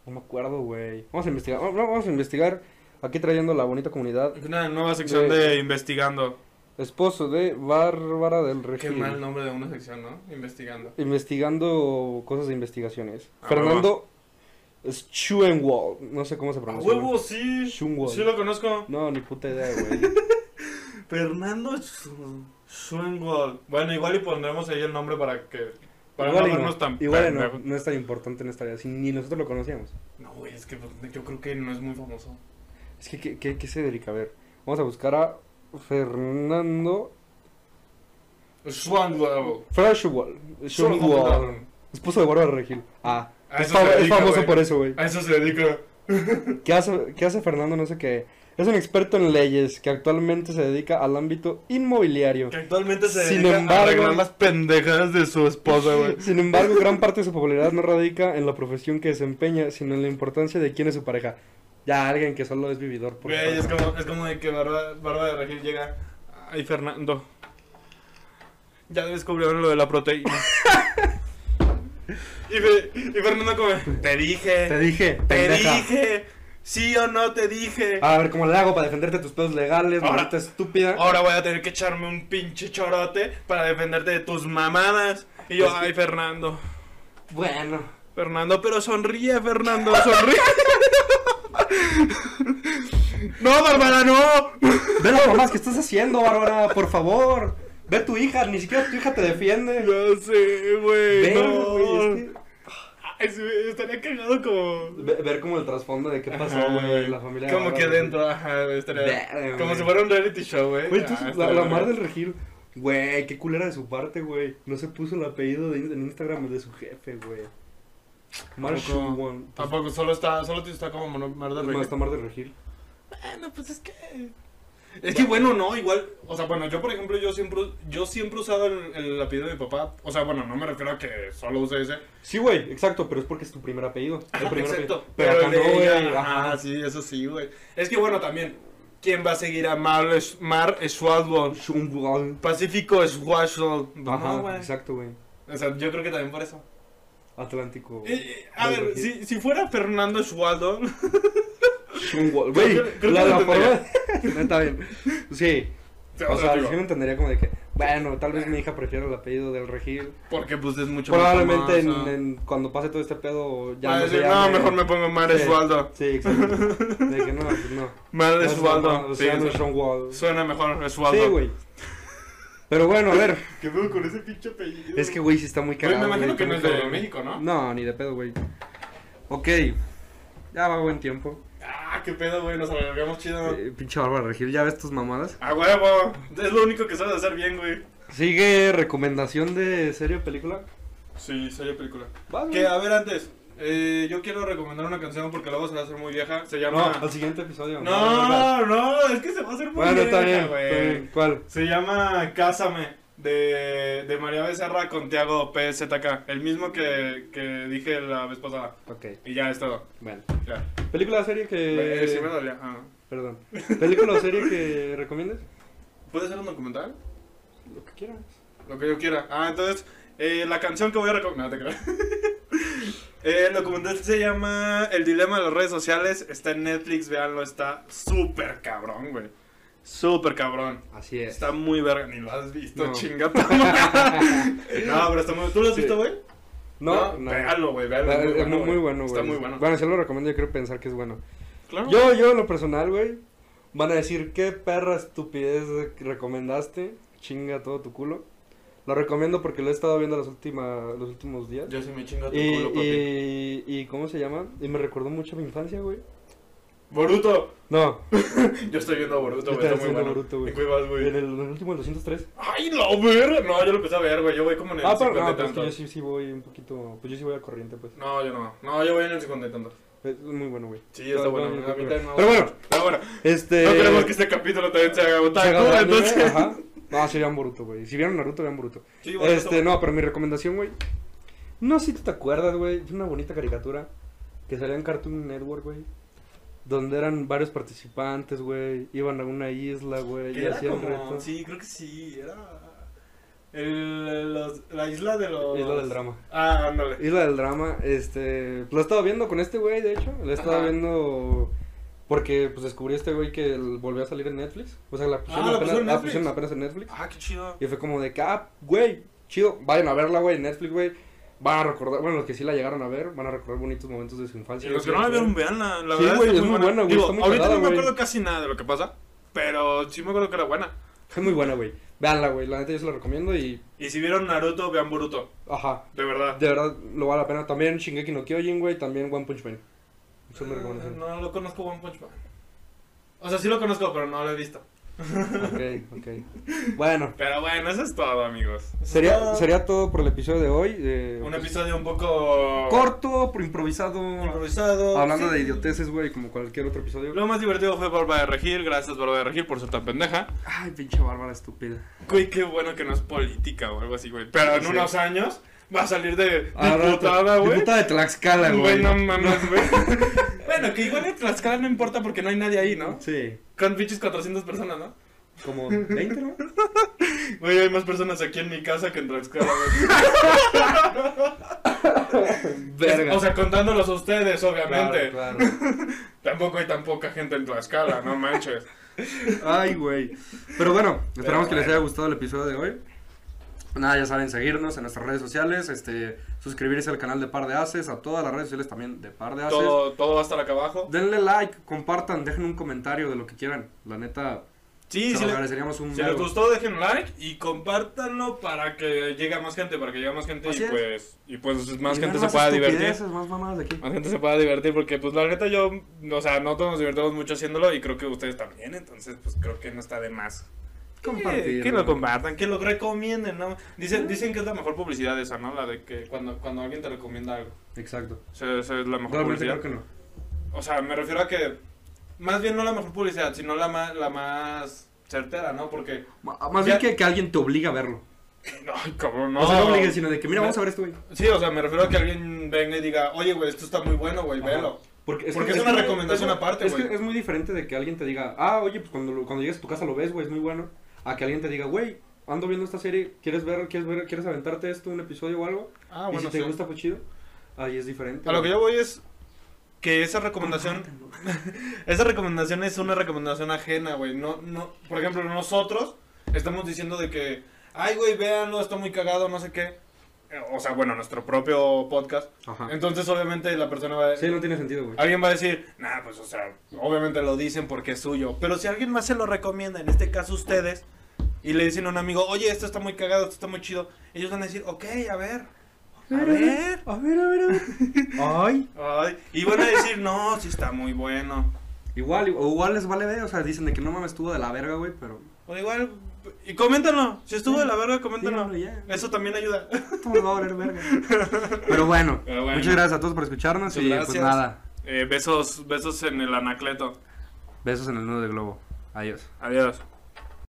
Speaker 2: No me acuerdo, güey. Vamos a investigar. no, Vamos a investigar. Aquí trayendo la bonita comunidad.
Speaker 1: Una nueva sección
Speaker 2: De-
Speaker 1: de, investigando.
Speaker 2: Esposo de Bárbara del
Speaker 1: Qué
Speaker 2: Regil.
Speaker 1: mal nombre de una sección, ¿no? Investigando.
Speaker 2: Investigando cosas de investigaciones.
Speaker 1: A
Speaker 2: Fernando Schuenwald. No sé cómo se
Speaker 1: ¡A
Speaker 2: pronuncia.
Speaker 1: Ah, huevo, sí!
Speaker 2: Schuenwald.
Speaker 1: Sí lo conozco.
Speaker 2: No, ni puta idea, güey.
Speaker 1: Fernando Sch- Schwengol. Bueno, igual y pondremos ahí el nombre para que... Para
Speaker 2: Igual y
Speaker 1: no vernos tan
Speaker 2: Igual y no,
Speaker 1: pendejos.
Speaker 2: no es tan importante en esta vida. si ni nosotros lo conocíamos.
Speaker 1: No, güey, es que pues, yo creo que no es muy famoso.
Speaker 2: Es que, ¿qué, qué, qué se dedica? A ver, vamos a buscar a Fernando
Speaker 1: Schwengol.
Speaker 2: Freshwall. Shunwall. Esposo de Bárbara Regil. Ah,
Speaker 1: A
Speaker 2: es,
Speaker 1: eso
Speaker 2: fam-
Speaker 1: se
Speaker 2: es
Speaker 1: dedica,
Speaker 2: famoso
Speaker 1: güey. Ah.
Speaker 2: por eso, güey.
Speaker 1: A eso se dedica.
Speaker 2: ¿Qué hace, ¿Qué hace Fernando? No sé qué. Es un experto en leyes que actualmente se dedica al ámbito inmobiliario.
Speaker 1: Que actualmente se
Speaker 2: Sin
Speaker 1: dedica
Speaker 2: embargo-
Speaker 1: a arreglar las pendejadas de su esposa, güey.
Speaker 2: Sin embargo, gran parte de su popularidad no radica en la profesión que desempeña, sino en la importancia de quién es su pareja. Ya alguien que solo es vividor. Por
Speaker 1: Güey, es como, es como de que Barba, Barba de Regil llega. Ay, Fernando. Ya descubrieron lo de la proteína. y, Fe- y Fernando como. Te dije.
Speaker 2: Te dije,
Speaker 1: Te
Speaker 2: pendeja.
Speaker 1: dije. Sí o no te dije.
Speaker 2: A ver, ¿cómo le hago para defenderte de tus pedos legales,
Speaker 1: Ahora-
Speaker 2: maldita estúpida?
Speaker 1: Ahora voy a tener que echarme un pinche chorote para defenderte de tus mamadas. Y yo,
Speaker 2: Es que-
Speaker 1: ay, Fernando.
Speaker 2: Bueno.
Speaker 1: Fernando, pero sonríe, Fernando, sonríe. no, Bárbara, no.
Speaker 2: Ve las mamás que estás haciendo, Bárbara, por favor. Ve tu hija, ni siquiera tu hija te defiende.
Speaker 1: No sé, güey.
Speaker 2: Ve,
Speaker 1: no.
Speaker 2: güey, es que-
Speaker 1: Ay, sí, estaría cagado como.
Speaker 2: ve- ver como el trasfondo de qué pasó,
Speaker 1: Ajá,
Speaker 2: güey, la familia. de
Speaker 1: Como
Speaker 2: Bárbara,
Speaker 1: que
Speaker 2: güey.
Speaker 1: dentro, ajá, güey, estaría.
Speaker 2: Verga,
Speaker 1: como
Speaker 2: güey.
Speaker 1: si fuera un reality show, güey.
Speaker 2: Güey, entonces,
Speaker 1: Ah, estaría
Speaker 2: la, la
Speaker 1: verga.
Speaker 2: mar del regil, güey, qué culera de su parte, güey. No se puso el apellido de, en Instagram de su jefe, güey. Mar
Speaker 1: Tampoco-
Speaker 2: Shuwon. Pues,
Speaker 1: Tampoco, solo está, solo está como mono- mar del
Speaker 2: es
Speaker 1: rey.
Speaker 2: Pues más, está Mar del regil.
Speaker 1: Bueno, pues es que. Es que bueno, no, igual. O sea, bueno, yo por ejemplo, yo siempre, yo siempre he usado el, el apellido de mi papá. O sea, bueno, no me refiero a que solo use ese.
Speaker 2: Sí, güey, exacto, pero es porque es tu primer apellido. El primer
Speaker 1: Ah, Exacto.
Speaker 2: apellido.
Speaker 1: Pero,
Speaker 2: Pero, acá
Speaker 1: el de
Speaker 2: no,
Speaker 1: ella,
Speaker 2: güey.
Speaker 1: ajá,
Speaker 2: Ajá.
Speaker 1: sí, eso sí, güey. Es que bueno, también. ¿Quién va a seguir a Mar, Mar Schwarzwald?
Speaker 2: Shuwon.
Speaker 1: Pacífico Schwarzwald.
Speaker 2: Ajá,
Speaker 1: No, güey.
Speaker 2: exacto, güey.
Speaker 1: O sea, yo creo que también por eso.
Speaker 2: Atlántico.
Speaker 1: Eh, eh, a
Speaker 2: del
Speaker 1: ver,
Speaker 2: Regil.
Speaker 1: si, si fuera Fernando Schwaldon,
Speaker 2: Shunwol,
Speaker 1: Creo
Speaker 2: Güey,
Speaker 1: que- creo
Speaker 2: la,
Speaker 1: que lo
Speaker 2: la forma.
Speaker 1: entendería.
Speaker 2: No, está bien. Sí. O sea, yo me entendería como de que, bueno, tal vez mi hija prefiera el apellido del regil.
Speaker 1: porque pues es mucho
Speaker 2: Probablemente
Speaker 1: más famoso.
Speaker 2: en, en- cuando pase todo este pedo ya
Speaker 1: Va a
Speaker 2: no se
Speaker 1: decir, no,
Speaker 2: llame-
Speaker 1: mejor me pongo Mar
Speaker 2: Sí.
Speaker 1: Schwaldo.
Speaker 2: Sí, exacto. De que no, pues no.
Speaker 1: Mar
Speaker 2: No,
Speaker 1: Schwaldo.
Speaker 2: no, no,
Speaker 1: Sí,
Speaker 2: se llama
Speaker 1: su-
Speaker 2: Shunwol.
Speaker 1: Suena mejor Schwaldo.
Speaker 2: Sí, güey. Pero bueno, a ver.
Speaker 1: ¿Qué pedo con ese pinche apellido?
Speaker 2: Es que, güey, sí está muy
Speaker 1: Güey,
Speaker 2: cagado.
Speaker 1: me imagino
Speaker 2: güey,
Speaker 1: que no
Speaker 2: está muy
Speaker 1: es de
Speaker 2: cabrón.
Speaker 1: México, ¿no?
Speaker 2: No, ni de pedo, güey. Ok. Ya va buen tiempo.
Speaker 1: Ah, qué pedo, güey, nos alargamos chido.
Speaker 2: Eh, pinche Bárbara Regil, ya ves tus mamadas.
Speaker 1: A huevo. Es lo único que sabes hacer bien, güey.
Speaker 2: Sigue recomendación de serie o película.
Speaker 1: Sí, serie película.
Speaker 2: Vas,
Speaker 1: Que,
Speaker 2: güey.
Speaker 1: a ver, antes. eh, yo quiero recomendar una canción porque luego se va a hacer muy vieja. Se llama.
Speaker 2: No, al siguiente episodio.
Speaker 1: No, no, es que se va a hacer muy
Speaker 2: Bueno, está bien,
Speaker 1: vieja,
Speaker 2: está
Speaker 1: güey.
Speaker 2: bien. ¿Cuál?
Speaker 1: Se llama Cásame de, de María Becerra con Tiago PZK, el mismo que, que dije la vez pasada.
Speaker 2: Ok,
Speaker 1: Y ya es todo.
Speaker 2: bueno.
Speaker 1: Ya.
Speaker 2: ¿Película o serie que.
Speaker 1: Eh, sí me dolía. ah.
Speaker 2: Perdón. ¿Película o serie que recomiendes?
Speaker 1: ¿Puede ser un documental?
Speaker 2: Lo que quieras.
Speaker 1: Lo que yo quiera. Ah, entonces, eh, la canción que voy a recomendar. No, te creo. Eh, el documental se llama El dilema de las redes sociales. Está en Netflix, véanlo. Está súper cabrón, güey. Súper cabrón.
Speaker 2: Así es.
Speaker 1: Está muy verga, ni lo has visto,
Speaker 2: No.
Speaker 1: chinga tu madre. No, pero está muy. ¿Tú lo has
Speaker 2: Sí.
Speaker 1: visto, güey?
Speaker 2: No, no.
Speaker 1: Véalo, güey, véalo.
Speaker 2: Eh,
Speaker 1: es
Speaker 2: Es muy, muy bueno, güey.
Speaker 1: Está muy bueno.
Speaker 2: Bueno, si yo lo recomiendo, yo quiero pensar que es bueno.
Speaker 1: Claro.
Speaker 2: Yo, yo, en lo personal, güey, van a decir, ¿qué perra estupidez recomendaste? chinga todo tu culo. Lo recomiendo porque lo he estado viendo las últimas, los últimos días.
Speaker 4: Yo sí me chingo tu
Speaker 2: y,
Speaker 4: culo, papi.
Speaker 2: y, y, ¿cómo se llama? Y me recordó mucho a mi infancia, güey.
Speaker 4: Boruto.
Speaker 2: No,
Speaker 4: Yo estoy viendo a Boruto,
Speaker 2: Yo
Speaker 4: güey.
Speaker 2: también
Speaker 4: Está
Speaker 2: estoy
Speaker 4: muy
Speaker 2: viendo
Speaker 4: bueno.
Speaker 2: Boruto, güey.
Speaker 4: ¿En qué vas,
Speaker 2: en el,
Speaker 4: güey?
Speaker 2: en el último, el 203.
Speaker 4: ¡Ay, la verga! No, yo lo empecé a ver, güey. Yo voy como en el
Speaker 2: Ah, pero
Speaker 4: 50
Speaker 2: no,
Speaker 4: y
Speaker 2: pues que
Speaker 4: tantos.
Speaker 2: yo sí, sí voy un poquito, pues yo sí voy al corriente, pues.
Speaker 4: No, yo no. No, yo voy en el 50 y tantos.
Speaker 2: Es muy bueno, güey.
Speaker 4: Sí, está
Speaker 2: No,
Speaker 4: bueno.
Speaker 2: no, no,
Speaker 4: a mí
Speaker 2: no,
Speaker 4: también me
Speaker 2: Pero
Speaker 4: gusta.
Speaker 2: bueno,
Speaker 4: Pero bueno,
Speaker 2: este...
Speaker 4: no queremos que este capítulo también se haga
Speaker 2: se
Speaker 4: otaku,
Speaker 2: agarra el anime,
Speaker 4: entonces...
Speaker 2: Ajá. No, sí vean Boruto, güey. Si vieron Naruto, vean Boruto.
Speaker 4: Sí, bueno,
Speaker 2: Este, no, pero mi recomendación, güey. No sé si tú te acuerdas, güey. Es una bonita caricatura que salía en Cartoon Network, güey. Donde eran varios participantes, güey. Iban a una isla, güey. Y
Speaker 4: Que era
Speaker 2: hacían
Speaker 4: como-
Speaker 2: retos.
Speaker 4: Sí, creo que sí, era... el- los- la isla de los...
Speaker 2: Isla del drama.
Speaker 4: Ah, ándale.
Speaker 2: Isla del drama. Este, pues, lo he estado viendo con este güey, de hecho. Lo he estado
Speaker 4: Ajá.
Speaker 2: viendo porque pues descubrí este güey que el- volvió a salir en Netflix. O sea, la pusieron,
Speaker 4: Ah, la
Speaker 2: apenas,
Speaker 4: pusieron en
Speaker 2: la pusieron
Speaker 4: Netflix.
Speaker 2: apenas en Netflix.
Speaker 4: Ah, qué chido.
Speaker 2: Y fue como de que, ah, güey, chido, vayan a verla, güey, en Netflix, güey. Van a recordar, bueno, los que sí la llegaron a ver, van a recordar bonitos momentos de su infancia.
Speaker 1: Y los que no la vieron, veanla. La
Speaker 2: Sí,
Speaker 1: verdad
Speaker 2: güey,
Speaker 1: está
Speaker 2: es muy buena, güey,
Speaker 1: Digo,
Speaker 2: está muy
Speaker 1: ahorita
Speaker 2: jalada,
Speaker 1: no me
Speaker 2: güey.
Speaker 1: acuerdo casi nada de lo que pasa, pero sí me acuerdo que era buena.
Speaker 2: Es muy buena, güey. Veanla, güey, la neta yo se la recomiendo y,
Speaker 1: Y si vieron Naruto, vean Boruto.
Speaker 2: ajá,
Speaker 1: De verdad.
Speaker 2: de verdad lo vale la pena. También Shingeki no Kyojin, güey, también One Punch Man. Son
Speaker 1: Ah,
Speaker 2: mis
Speaker 1: Eh,
Speaker 2: recomendaciones.
Speaker 4: No lo conozco One Punch Man. O sea, sí lo conozco, pero no lo he visto.
Speaker 2: Ok, ok. Bueno,
Speaker 1: Pero bueno, eso es todo, amigos.
Speaker 2: sería, sería todo por el episodio de hoy. eh,
Speaker 4: Un
Speaker 2: pues,
Speaker 4: episodio un poco...
Speaker 2: corto, pero improvisado.
Speaker 8: Improvisado.
Speaker 2: Hablando
Speaker 8: sí.
Speaker 2: de idioteces, güey, como cualquier otro episodio.
Speaker 1: Lo más divertido fue Barba de Regir. Gracias, Barba de Regir, por ser tan pendeja.
Speaker 2: Ay, pinche bárbara estúpida.
Speaker 1: Güey, qué bueno que no es política o algo así, güey. Pero en
Speaker 2: Sí.
Speaker 1: unos años va a salir de
Speaker 2: Ah,
Speaker 1: diputada, güey.
Speaker 2: Diputada de Tlaxcala,
Speaker 1: Güey,
Speaker 2: güey.
Speaker 1: no mames, güey. bueno, que igual en Tlaxcala no importa porque no hay nadie ahí, ¿no?
Speaker 2: Sí,
Speaker 1: Con pinches 400 personas, ¿no?
Speaker 2: como 20, ¿no?
Speaker 1: Güey, hay más personas aquí en mi casa que en Tlaxcala, güey.
Speaker 2: Verga.
Speaker 1: O sea, contándolos a ustedes, obviamente.
Speaker 2: Claro,
Speaker 1: Tampoco hay tan poca gente en Tlaxcala, no manches.
Speaker 2: claro. Ay, güey. Pero bueno, esperamos que les haya gustado el episodio de hoy. Nada, ya saben, seguirnos en nuestras redes sociales, este, suscribirse al canal de Par de Haces, a todas las redes sociales también de Par de Haces.
Speaker 1: todo, todo va a estar acá abajo.
Speaker 2: Denle like, compartan, dejen un comentario de lo que quieran. La neta,
Speaker 1: Sí,
Speaker 2: se
Speaker 1: sí.
Speaker 2: lo
Speaker 1: le-
Speaker 2: agradeceríamos un
Speaker 1: Si les
Speaker 2: vergo.
Speaker 1: gustó, dejen like y compártanlo para que llegue a más gente, para que llegue a más gente
Speaker 2: Así
Speaker 1: y
Speaker 2: es.
Speaker 1: pues, y pues
Speaker 2: Y
Speaker 1: más gente
Speaker 2: vean
Speaker 1: se pueda divertir.
Speaker 2: estupideces, Más mamadas de aquí.
Speaker 1: Más gente se pueda divertir porque pues la neta yo, o sea, nosotros nos divertimos mucho haciéndolo y creo que ustedes también, entonces pues creo que no está de más. que-
Speaker 2: Compartir,
Speaker 1: Que
Speaker 2: ¿no?
Speaker 1: lo compartan, que lo recomienden, ¿no? Dicen, dicen que es la mejor publicidad esa, ¿no? La de que cuando, cuando alguien te recomienda algo.
Speaker 2: Exacto.
Speaker 1: O sea, esa es la mejor
Speaker 2: Realmente
Speaker 1: publicidad.
Speaker 2: creo que no.
Speaker 1: O sea, me refiero a que más bien no la mejor publicidad, sino la más, la más certera, ¿no? Porque...
Speaker 2: Ma- ah, Más
Speaker 1: Ya-
Speaker 2: bien que, que alguien te obliga a verlo.
Speaker 1: No, cabrón, no.
Speaker 2: O sea, no obligue, sino de que, mira, vamos a ver esto, güey.
Speaker 1: Sí, o sea, me refiero a que alguien venga y diga, oye, güey, esto está muy bueno, güey,
Speaker 2: Ajá.
Speaker 1: velo.
Speaker 2: Porque
Speaker 1: Porque
Speaker 2: que-
Speaker 1: es una
Speaker 2: que-
Speaker 1: recomendación
Speaker 2: es-
Speaker 1: aparte,
Speaker 2: Es
Speaker 1: güey.
Speaker 2: que es muy diferente de que alguien te diga, ah, oye, pues cuando, lo- cuando llegues a tu casa lo ves, güey, es muy bueno. A que alguien te diga, güey, ando viendo esta serie, ¿quieres ver, quieres ver, quieres aventarte esto, un episodio o algo?
Speaker 1: Ah,
Speaker 2: y si te gusta, pues chido. Ahí es diferente.
Speaker 1: A lo que
Speaker 2: güey.
Speaker 1: yo voy es que esa recomendación, esa recomendación es una recomendación ajena, güey. No, no, por ejemplo, nosotros estamos diciendo de que, ay, güey, véanlo, está muy cagado, no sé qué. Eh, O sea, bueno, nuestro propio podcast.
Speaker 2: Ajá.
Speaker 1: Entonces, obviamente, la persona va a
Speaker 2: Sí, no tiene sentido, güey.
Speaker 1: Alguien va a decir, nah, pues, o sea, obviamente lo dicen porque es suyo. Pero si alguien más se lo recomienda, en este caso ustedes, y le dicen a un amigo, oye, esto está muy cagado, esto está muy chido, ellos van a decir, ok, a ver, a ver.
Speaker 2: a ver, a ver, a ver. Ay.
Speaker 1: Ay, y van a decir, no, sí está muy bueno.
Speaker 2: Igual, o igual les vale ver, o sea, dicen de que no mames, estuvo de la verga, güey, pero...
Speaker 1: O igual, y coméntenlo, si estuvo de la verga,
Speaker 2: Díganlo
Speaker 1: coméntenlo.
Speaker 2: ya.
Speaker 1: Eso también ayuda.
Speaker 2: Esto me va a valer verga. Pero bueno,
Speaker 1: Pero bueno.
Speaker 2: muchas gracias a todos por escucharnos
Speaker 1: Muchas
Speaker 2: y pues
Speaker 1: gracias.
Speaker 2: nada,
Speaker 1: Eh, besos, besos en el anacleto.
Speaker 2: besos en el nudo de globo. Adiós.
Speaker 1: Adiós.